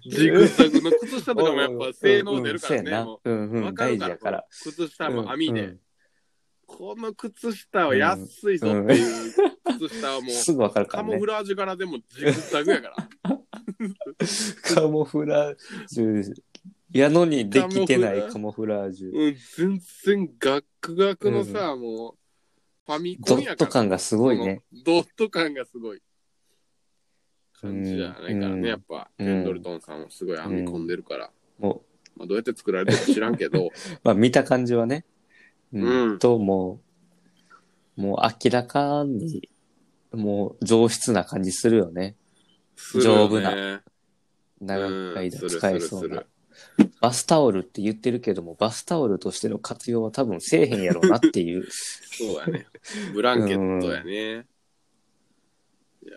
[SPEAKER 1] ジグザグの靴下とかもやっぱ性能出るから
[SPEAKER 2] うん
[SPEAKER 1] ね、も
[SPEAKER 2] うんそうやなうん
[SPEAKER 1] う、
[SPEAKER 2] う
[SPEAKER 1] わ
[SPEAKER 2] ん。
[SPEAKER 1] かる
[SPEAKER 2] 大
[SPEAKER 1] から、
[SPEAKER 2] 事や
[SPEAKER 1] こ
[SPEAKER 2] か
[SPEAKER 1] の
[SPEAKER 2] ら。
[SPEAKER 1] 靴下も網で、
[SPEAKER 2] うん
[SPEAKER 1] この靴下は安いぞっていう靴下はも
[SPEAKER 2] うん
[SPEAKER 1] う、
[SPEAKER 2] すぐわかるか
[SPEAKER 1] カ
[SPEAKER 2] ら
[SPEAKER 1] モ
[SPEAKER 2] ね
[SPEAKER 1] フ。ラージュ柄でもジグザグやから。
[SPEAKER 2] カモフラージュ。やのにできてないカモフラージュ。
[SPEAKER 1] [laughs] うん、全然ガクガクのさ、もう、ファミコ
[SPEAKER 2] ド
[SPEAKER 1] ンやか
[SPEAKER 2] ット
[SPEAKER 1] ら。
[SPEAKER 2] 感がすごいね。
[SPEAKER 1] この。ドット感がすごい。感じじゃないからね、
[SPEAKER 2] うん
[SPEAKER 1] やっぱ、ペンドルトンさんもすごい編み込んでるから。
[SPEAKER 2] も
[SPEAKER 1] まあ、どうやって作られてるか知らんけど、
[SPEAKER 2] う、まあ見た感じはね。
[SPEAKER 1] う
[SPEAKER 2] うんん。と、もう、もう明らかに、もう上質な感じするよね。
[SPEAKER 1] するよね
[SPEAKER 2] [laughs] 丈夫な。長い間使えそうな。バスタオルって言ってるけども、バスタオルとしての活用は多分せえへんやろうなっていう。
[SPEAKER 1] [laughs] そうやね。ブランケットやね。いやー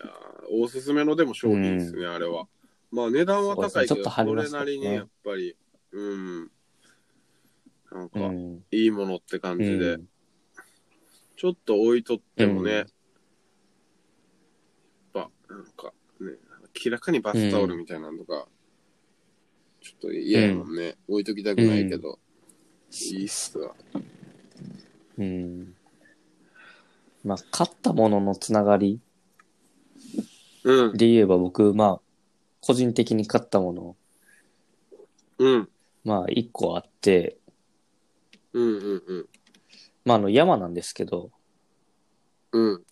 [SPEAKER 1] おすすめのでも商品ですね、あれは。まあ値段は高いけ
[SPEAKER 2] そうですねちょっ
[SPEAKER 1] ど、そ
[SPEAKER 2] と張りま
[SPEAKER 1] れ
[SPEAKER 2] した
[SPEAKER 1] な
[SPEAKER 2] ね
[SPEAKER 1] りにやっぱり、うん。なんか
[SPEAKER 2] う、ん。
[SPEAKER 1] いいものって感
[SPEAKER 2] う
[SPEAKER 1] じで、
[SPEAKER 2] ん
[SPEAKER 1] ちょっと置いとってもね、やっぱ、なんかね、明らかにバスタオルみたいなのとか、ちょっと嫌やもんね、置いときたくないけど、いいっすわ。
[SPEAKER 2] うん。まあ、買ったもののつながり
[SPEAKER 1] うん、
[SPEAKER 2] で言えば僕、まあ、個人的に買ったもの、
[SPEAKER 1] うん、
[SPEAKER 2] まあ、一個あって、
[SPEAKER 1] うん、うん、うん。
[SPEAKER 2] まあ、あの、山なんですけど、
[SPEAKER 1] うん。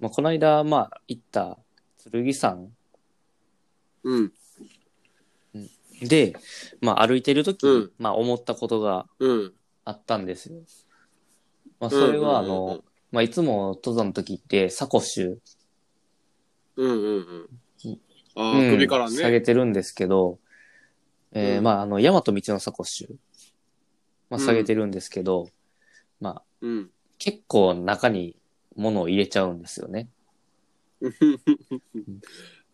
[SPEAKER 2] まあ、この間、まあ、行った、剣山
[SPEAKER 1] うん。
[SPEAKER 2] で、まあ、歩いてるとき、
[SPEAKER 1] うん
[SPEAKER 2] まあ、思ったことが
[SPEAKER 1] うん。
[SPEAKER 2] あったんですよ。まあ、それは、あ
[SPEAKER 1] うん
[SPEAKER 2] の、
[SPEAKER 1] うんうんうん
[SPEAKER 2] まあ、いつも登山の時って、サコッシュ、
[SPEAKER 1] うんうんうん。ああ、
[SPEAKER 2] うん
[SPEAKER 1] 首から
[SPEAKER 2] 下
[SPEAKER 1] ね。
[SPEAKER 2] げてるんですけど、えー
[SPEAKER 1] うん
[SPEAKER 2] まあ、あの、大和道のサコッシュ、まあ、下げてるんですけど、まあ、
[SPEAKER 1] うん。
[SPEAKER 2] 結構中に物を入れちゃうんですよね。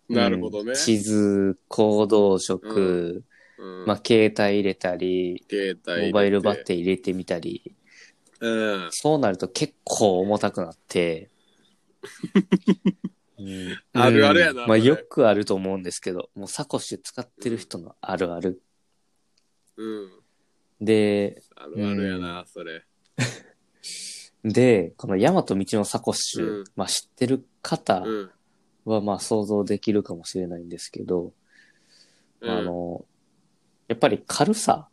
[SPEAKER 1] なるほど
[SPEAKER 2] う
[SPEAKER 1] ね
[SPEAKER 2] ん。地図、行動食、
[SPEAKER 1] うん
[SPEAKER 2] まあ、携帯入れたり、
[SPEAKER 1] 携帯入れて
[SPEAKER 2] モバイルバッテリー入れてみたり、
[SPEAKER 1] うん。
[SPEAKER 2] そうなると結構重たくな
[SPEAKER 1] [laughs]
[SPEAKER 2] って、うん
[SPEAKER 1] あるあるやな
[SPEAKER 2] うん
[SPEAKER 1] こ
[SPEAKER 2] まあ、
[SPEAKER 1] れ
[SPEAKER 2] よくあると思うんですけど、もうサコッシュ使ってる人のあるある。
[SPEAKER 1] うん。
[SPEAKER 2] で、
[SPEAKER 1] あるあるやな、それ。
[SPEAKER 2] で、この大和道のサコッシュ、
[SPEAKER 1] うん
[SPEAKER 2] まあ、知ってる方
[SPEAKER 1] うん。
[SPEAKER 2] はまあ想像できるかもしれないんですけど、
[SPEAKER 1] うん
[SPEAKER 2] あ、の、やっぱり軽さ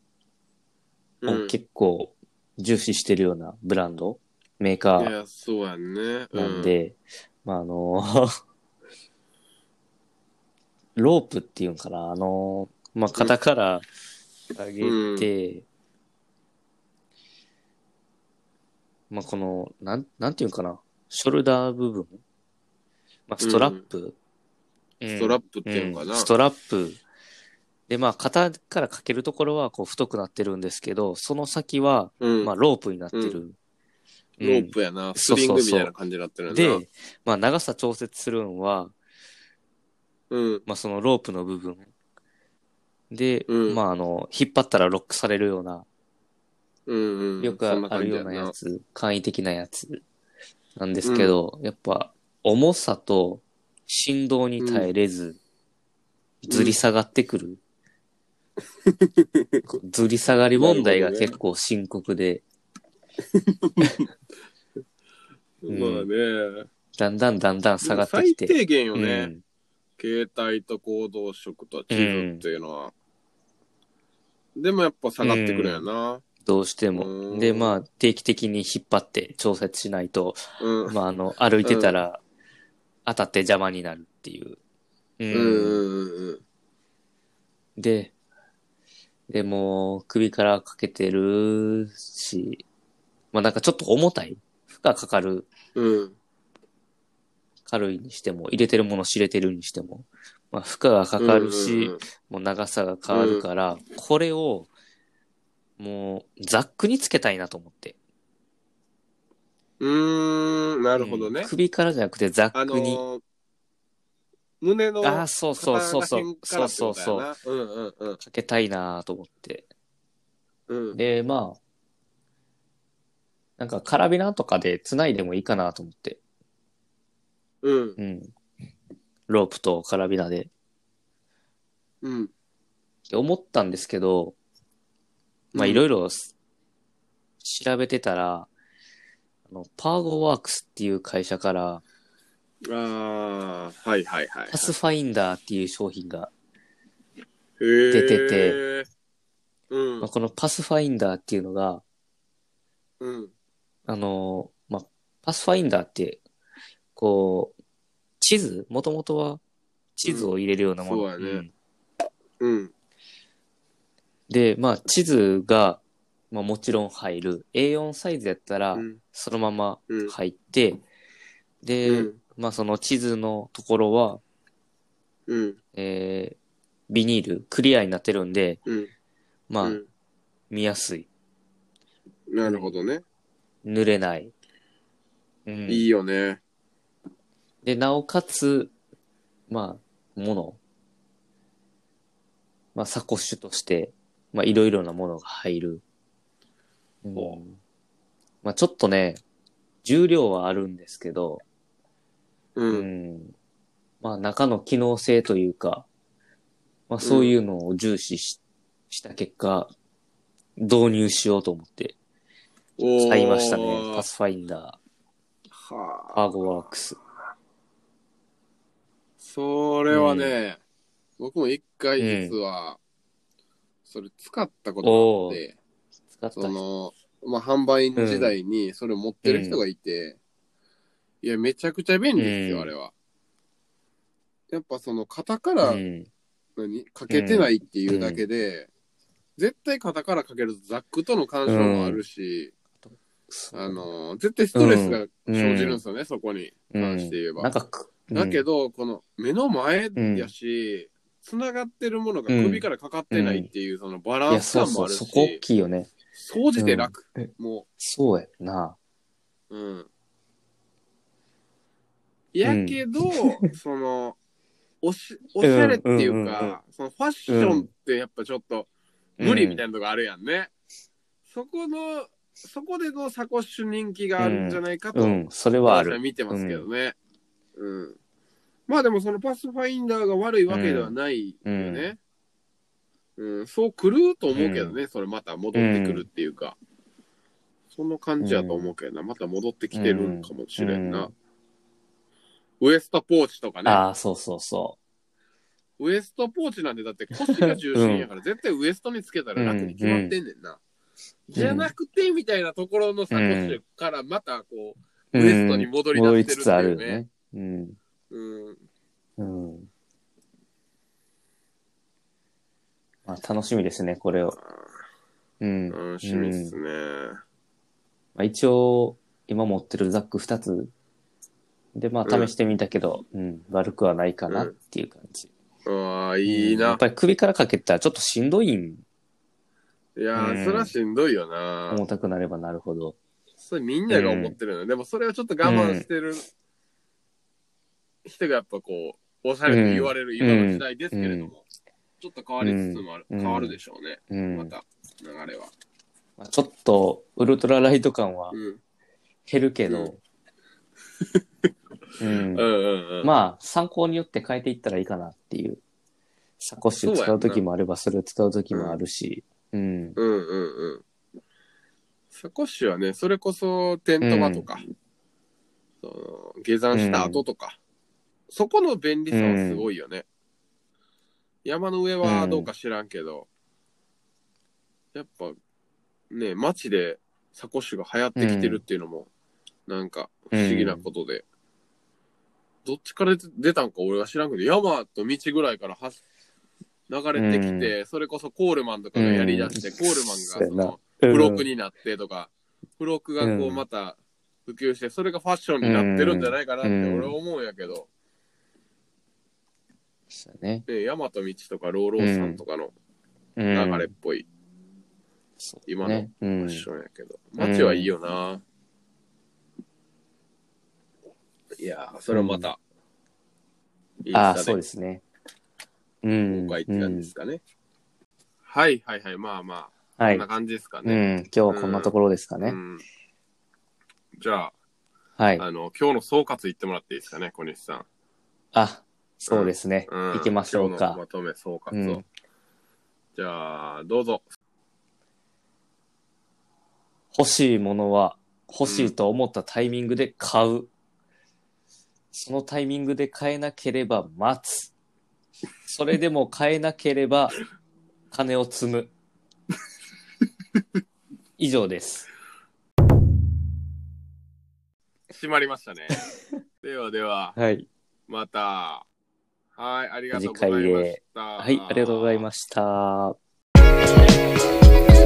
[SPEAKER 1] うん
[SPEAKER 2] を結構重視してるようなブランド、メーカ
[SPEAKER 1] い
[SPEAKER 2] ー
[SPEAKER 1] や、そうやんね。う
[SPEAKER 2] なん、で、まああの、 [laughs] ロープっていうんかな、あの、まあ肩から上げて、まあこの、なん、なんていうんかな、ショルダー部分、まあストラップ、
[SPEAKER 1] ストラ
[SPEAKER 2] ッ
[SPEAKER 1] ップっていうのかな。
[SPEAKER 2] ストラップ。で、まあ、肩からかけるところは、こう、太くなってるんですけど、その先は、
[SPEAKER 1] うん
[SPEAKER 2] まあ、ロープになってる。
[SPEAKER 1] ロープやな。スリングみたいな感じになってる
[SPEAKER 2] うん
[SPEAKER 1] やな。
[SPEAKER 2] で、まあ、長さ調節するんは、
[SPEAKER 1] うん。
[SPEAKER 2] まあ、そのロープの部分。で、
[SPEAKER 1] うん
[SPEAKER 2] まあ、あの、引っ張ったらロックされるような、
[SPEAKER 1] うんうん。
[SPEAKER 2] よく
[SPEAKER 1] そんな
[SPEAKER 2] あ
[SPEAKER 1] 感
[SPEAKER 2] る
[SPEAKER 1] じ
[SPEAKER 2] よう
[SPEAKER 1] や
[SPEAKER 2] なやつ、簡易的なやつなんですけど、やっぱ、重さと振動に耐えれず、
[SPEAKER 1] ん
[SPEAKER 2] ずり下がってくる。こうずり下がり問題が結構深刻で、うん
[SPEAKER 1] まあね。
[SPEAKER 2] だんだんだんだん下がってき
[SPEAKER 1] 最
[SPEAKER 2] て。
[SPEAKER 1] 低限よ
[SPEAKER 2] う
[SPEAKER 1] ね。
[SPEAKER 2] ん、
[SPEAKER 1] 携帯と行動食と地図っていうのは。でもやっぱ下がってくるやな。
[SPEAKER 2] どうして
[SPEAKER 1] う
[SPEAKER 2] も。
[SPEAKER 1] ん
[SPEAKER 2] で、まあ、定期的に引っ張って調節しな
[SPEAKER 1] [laughs]
[SPEAKER 2] いと、
[SPEAKER 1] うん。
[SPEAKER 2] まあ、あの、歩いてたら、当たって邪魔になるっていう。う
[SPEAKER 1] うんうんうん
[SPEAKER 2] で、でも、首からかけてるし、まあなんかちょっと重たい。負荷かかる、
[SPEAKER 1] うん。うん。
[SPEAKER 2] 軽いにしても、入れてるもの知れてるにしても、まあ負荷がかかるし、もう長さが変わるから、これを、もう、ザックにつけたいなと思って。
[SPEAKER 1] うんうんうん。うーん、なるほどね。
[SPEAKER 2] うん首からじゃなくてザ
[SPEAKER 1] あ
[SPEAKER 2] ッ
[SPEAKER 1] の
[SPEAKER 2] クに。
[SPEAKER 1] ー、胸の
[SPEAKER 2] あ、あー、そうそうそうそう。そうそうそう。か
[SPEAKER 1] そう。うんうんうん
[SPEAKER 2] けたいなと思って。
[SPEAKER 1] うん。
[SPEAKER 2] で、まあ、なんかカラビナとかで繋いでもいいかなと思って。
[SPEAKER 1] うん
[SPEAKER 2] うん。ロープとカラビナで。っ
[SPEAKER 1] うん。
[SPEAKER 2] て思ったんですけど、まあ
[SPEAKER 1] うん
[SPEAKER 2] いろいろす調べてたら、あの、パーゴワークスっていう会社から、
[SPEAKER 1] ああ、はいはいはい。
[SPEAKER 2] パスファインダーっていう商品が、
[SPEAKER 1] 出
[SPEAKER 2] てて
[SPEAKER 1] うん
[SPEAKER 2] まあ、このパスファインダーっていうのが、
[SPEAKER 1] うん
[SPEAKER 2] あのーまあ、パスファインダーって、こう、地図もともとは地図を入れるようなもの。
[SPEAKER 1] うんそうやね
[SPEAKER 2] ん
[SPEAKER 1] うん
[SPEAKER 2] で、まあ、地図が、まあ、もちろん入る。A4 サイズやったら
[SPEAKER 1] う、ん
[SPEAKER 2] そのまま
[SPEAKER 1] うん
[SPEAKER 2] 入って、で、
[SPEAKER 1] うん
[SPEAKER 2] まあ、その地図のところは、
[SPEAKER 1] うん
[SPEAKER 2] えー、ビニール、クリアになってるんで、
[SPEAKER 1] うん
[SPEAKER 2] まあ、
[SPEAKER 1] うん
[SPEAKER 2] 見やすい。
[SPEAKER 1] なるほどね。
[SPEAKER 2] 濡れない。うん、
[SPEAKER 1] いいよね。
[SPEAKER 2] で、なおかつ、まあ、もの。まあ、サコッシュとして、まあ、いろいろなものが入る。うん
[SPEAKER 1] お
[SPEAKER 2] まあ、ちょっとね、重量はあるんですけど、
[SPEAKER 1] う
[SPEAKER 2] うんん。まあ、中の機能性というか、まあ、そういうのを重視し,、した結果、導入しようと思って、
[SPEAKER 1] おー
[SPEAKER 2] 買いましたね。パスファインダー、
[SPEAKER 1] はあ。
[SPEAKER 2] パーゴワークス。
[SPEAKER 1] それはね、僕も一回実は、それ使ったことがあって、
[SPEAKER 2] 使った
[SPEAKER 1] その、まあ、販売員時代にそれを持ってる人がいて、いや、めちゃくちゃ便利ですよ、
[SPEAKER 2] うん
[SPEAKER 1] あれは。やっぱその、型から、
[SPEAKER 2] うん
[SPEAKER 1] 何かけてないっていうだけで、絶対型からかけるとザックとの干渉もあるし、あのー絶対ストレスが生じるんですよね、そこに関して言えば。
[SPEAKER 2] なんかく、
[SPEAKER 1] だけ
[SPEAKER 2] ど、
[SPEAKER 1] ど、この目の前やし、つながってるものが首からかかってないっていう、そのバ
[SPEAKER 2] い
[SPEAKER 1] ラン
[SPEAKER 2] や、
[SPEAKER 1] ス
[SPEAKER 2] そう
[SPEAKER 1] 感も
[SPEAKER 2] そ
[SPEAKER 1] あ
[SPEAKER 2] う、
[SPEAKER 1] る
[SPEAKER 2] そこ大
[SPEAKER 1] し、
[SPEAKER 2] きいよね。
[SPEAKER 1] 掃除で楽、
[SPEAKER 2] うん
[SPEAKER 1] も
[SPEAKER 2] そうやんな。
[SPEAKER 1] う。うん。やけど、その、おし、おしゃれっていう
[SPEAKER 2] うんうんうん
[SPEAKER 1] か、そのファッションってやっぱちょっと無理みた
[SPEAKER 2] い
[SPEAKER 1] いなとこあるやんね。そこの、そこでのサコッシュ人気があるんじゃないかと
[SPEAKER 2] うん、うん、それはあ
[SPEAKER 1] 私は
[SPEAKER 2] る。
[SPEAKER 1] 見てますけどね。うん。まあでもそのパスファインダーが悪いわけではないよね。うん。そうくると思うけどね、それまた戻ってくるっていうか。その感じやと思うけどな、また戻ってきてるんかもしれんな。ウエストポーチとかね。
[SPEAKER 2] ああ、そうそうそ
[SPEAKER 1] ウエストポーチなんでだって腰が重心やから、絶対ウエストにつけたら楽に決まってんねんな。
[SPEAKER 2] ん
[SPEAKER 1] じゃなくてみたいなところのサコッシュからまたこう、
[SPEAKER 2] う。
[SPEAKER 1] ウエストに
[SPEAKER 2] うん
[SPEAKER 1] 戻り出
[SPEAKER 2] 戻り
[SPEAKER 1] して
[SPEAKER 2] つ
[SPEAKER 1] るって
[SPEAKER 2] つあ
[SPEAKER 1] い
[SPEAKER 2] る
[SPEAKER 1] う
[SPEAKER 2] よ
[SPEAKER 1] ね。
[SPEAKER 2] ね。うん。
[SPEAKER 1] うん。
[SPEAKER 2] うん。まあ、楽しみですね、これを。うん。ま
[SPEAKER 1] 楽しみですね。
[SPEAKER 2] あ、一応、今持ってるザック2つ。で、まあ、
[SPEAKER 1] うん
[SPEAKER 2] 試してみたけど、うん、悪くはないかなっていう感じ。
[SPEAKER 1] うわいい
[SPEAKER 2] うんやっ
[SPEAKER 1] な。
[SPEAKER 2] ぱり首からかけたらちょっとしんどいん、
[SPEAKER 1] いや
[SPEAKER 2] うん
[SPEAKER 1] ー、それはしんどいよな。
[SPEAKER 2] 重たくなればなるほど。
[SPEAKER 1] それみんなが思ってるのよ。でもそれをちょっと我慢してる人がやっぱこう、おしゃれと言われる今の時代ですけれども、ちょっと変わりつつもある、
[SPEAKER 2] うん
[SPEAKER 1] 変わるでしょうね。
[SPEAKER 2] うん。
[SPEAKER 1] また、流れは。
[SPEAKER 2] まあちょっと、ウルトラライト感は
[SPEAKER 1] うん。
[SPEAKER 2] 減るけど、
[SPEAKER 1] [laughs]
[SPEAKER 2] う
[SPEAKER 1] うんんうんうん。
[SPEAKER 2] まあ、参考によって変えていったらいいかなっていう。サコッシュ使う時もあれば、それを使う時もあるし。う
[SPEAKER 1] う
[SPEAKER 2] ん。
[SPEAKER 1] んうんうん。サコッシュはね、それこそテント場とか、その下山した後とか、そこの便利さはすごいよね。山の上はどうか知らんけど、やっぱね、街でサコッシュが流行ってきてるっていうのも、なんか不思議なことで、どっちから出たんか俺は知らんけど、山と道ぐらいからはし流れてきて、それこそコールマンとかがやりだして、
[SPEAKER 2] うん
[SPEAKER 1] コールマン
[SPEAKER 2] そうやな
[SPEAKER 1] がその、付録になってとか、付録がこ
[SPEAKER 2] う
[SPEAKER 1] うんまた普及して、それがファッションになってるんじゃないかなって
[SPEAKER 2] うん
[SPEAKER 1] 俺は思うんやけど、
[SPEAKER 2] そうだね。
[SPEAKER 1] ね、ヤマト道とかローローさんとかの
[SPEAKER 2] うん。
[SPEAKER 1] 流れっぽい
[SPEAKER 2] そう
[SPEAKER 1] 今の
[SPEAKER 2] ね。う
[SPEAKER 1] ファ
[SPEAKER 2] ん
[SPEAKER 1] ッ。ションやけど、街はいいよな。いやー、それはまた、イン
[SPEAKER 2] ああ、
[SPEAKER 1] スタ
[SPEAKER 2] そう
[SPEAKER 1] で
[SPEAKER 2] ですね。うん。
[SPEAKER 1] 公開って感じですかね。はいはいはい、まあま
[SPEAKER 2] うん
[SPEAKER 1] あ、
[SPEAKER 2] は
[SPEAKER 1] こ
[SPEAKER 2] い。
[SPEAKER 1] ん
[SPEAKER 2] う。
[SPEAKER 1] なん感じですかね。
[SPEAKER 2] 今日はこんなところですかね
[SPEAKER 1] う。んじゃあ、
[SPEAKER 2] はい。
[SPEAKER 1] あの、今日の総括言ってもらっていいですかね、小西さん。
[SPEAKER 2] あ、そうですね。
[SPEAKER 1] うん
[SPEAKER 2] 行きましょう
[SPEAKER 1] 今日の
[SPEAKER 2] か
[SPEAKER 1] ま。とめ総括を。
[SPEAKER 2] うん
[SPEAKER 1] じゃあ、どうぞ。
[SPEAKER 2] 欲しいものは欲しいと思ったタイミングで買う。そのタイミングで買えなければ待つ。それでも買えなけれ [laughs] ば金を積む。以上です。
[SPEAKER 1] 閉まりました
[SPEAKER 2] [laughs]
[SPEAKER 1] ね。ではでは、
[SPEAKER 2] はい。
[SPEAKER 1] また。はい、ありがとうございました。
[SPEAKER 2] はい、ありがとうございました。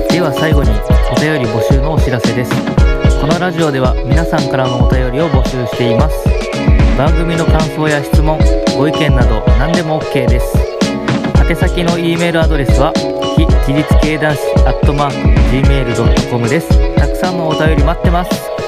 [SPEAKER 4] では最後にお便り募集のお知らせですこのラジオでは皆さんからのお便りを募集しています番組の感想や質問ご意見など何でも OK です宛先の E メールアドレスは非自立系男子 gmail.com ですたくさんのお便り待ってます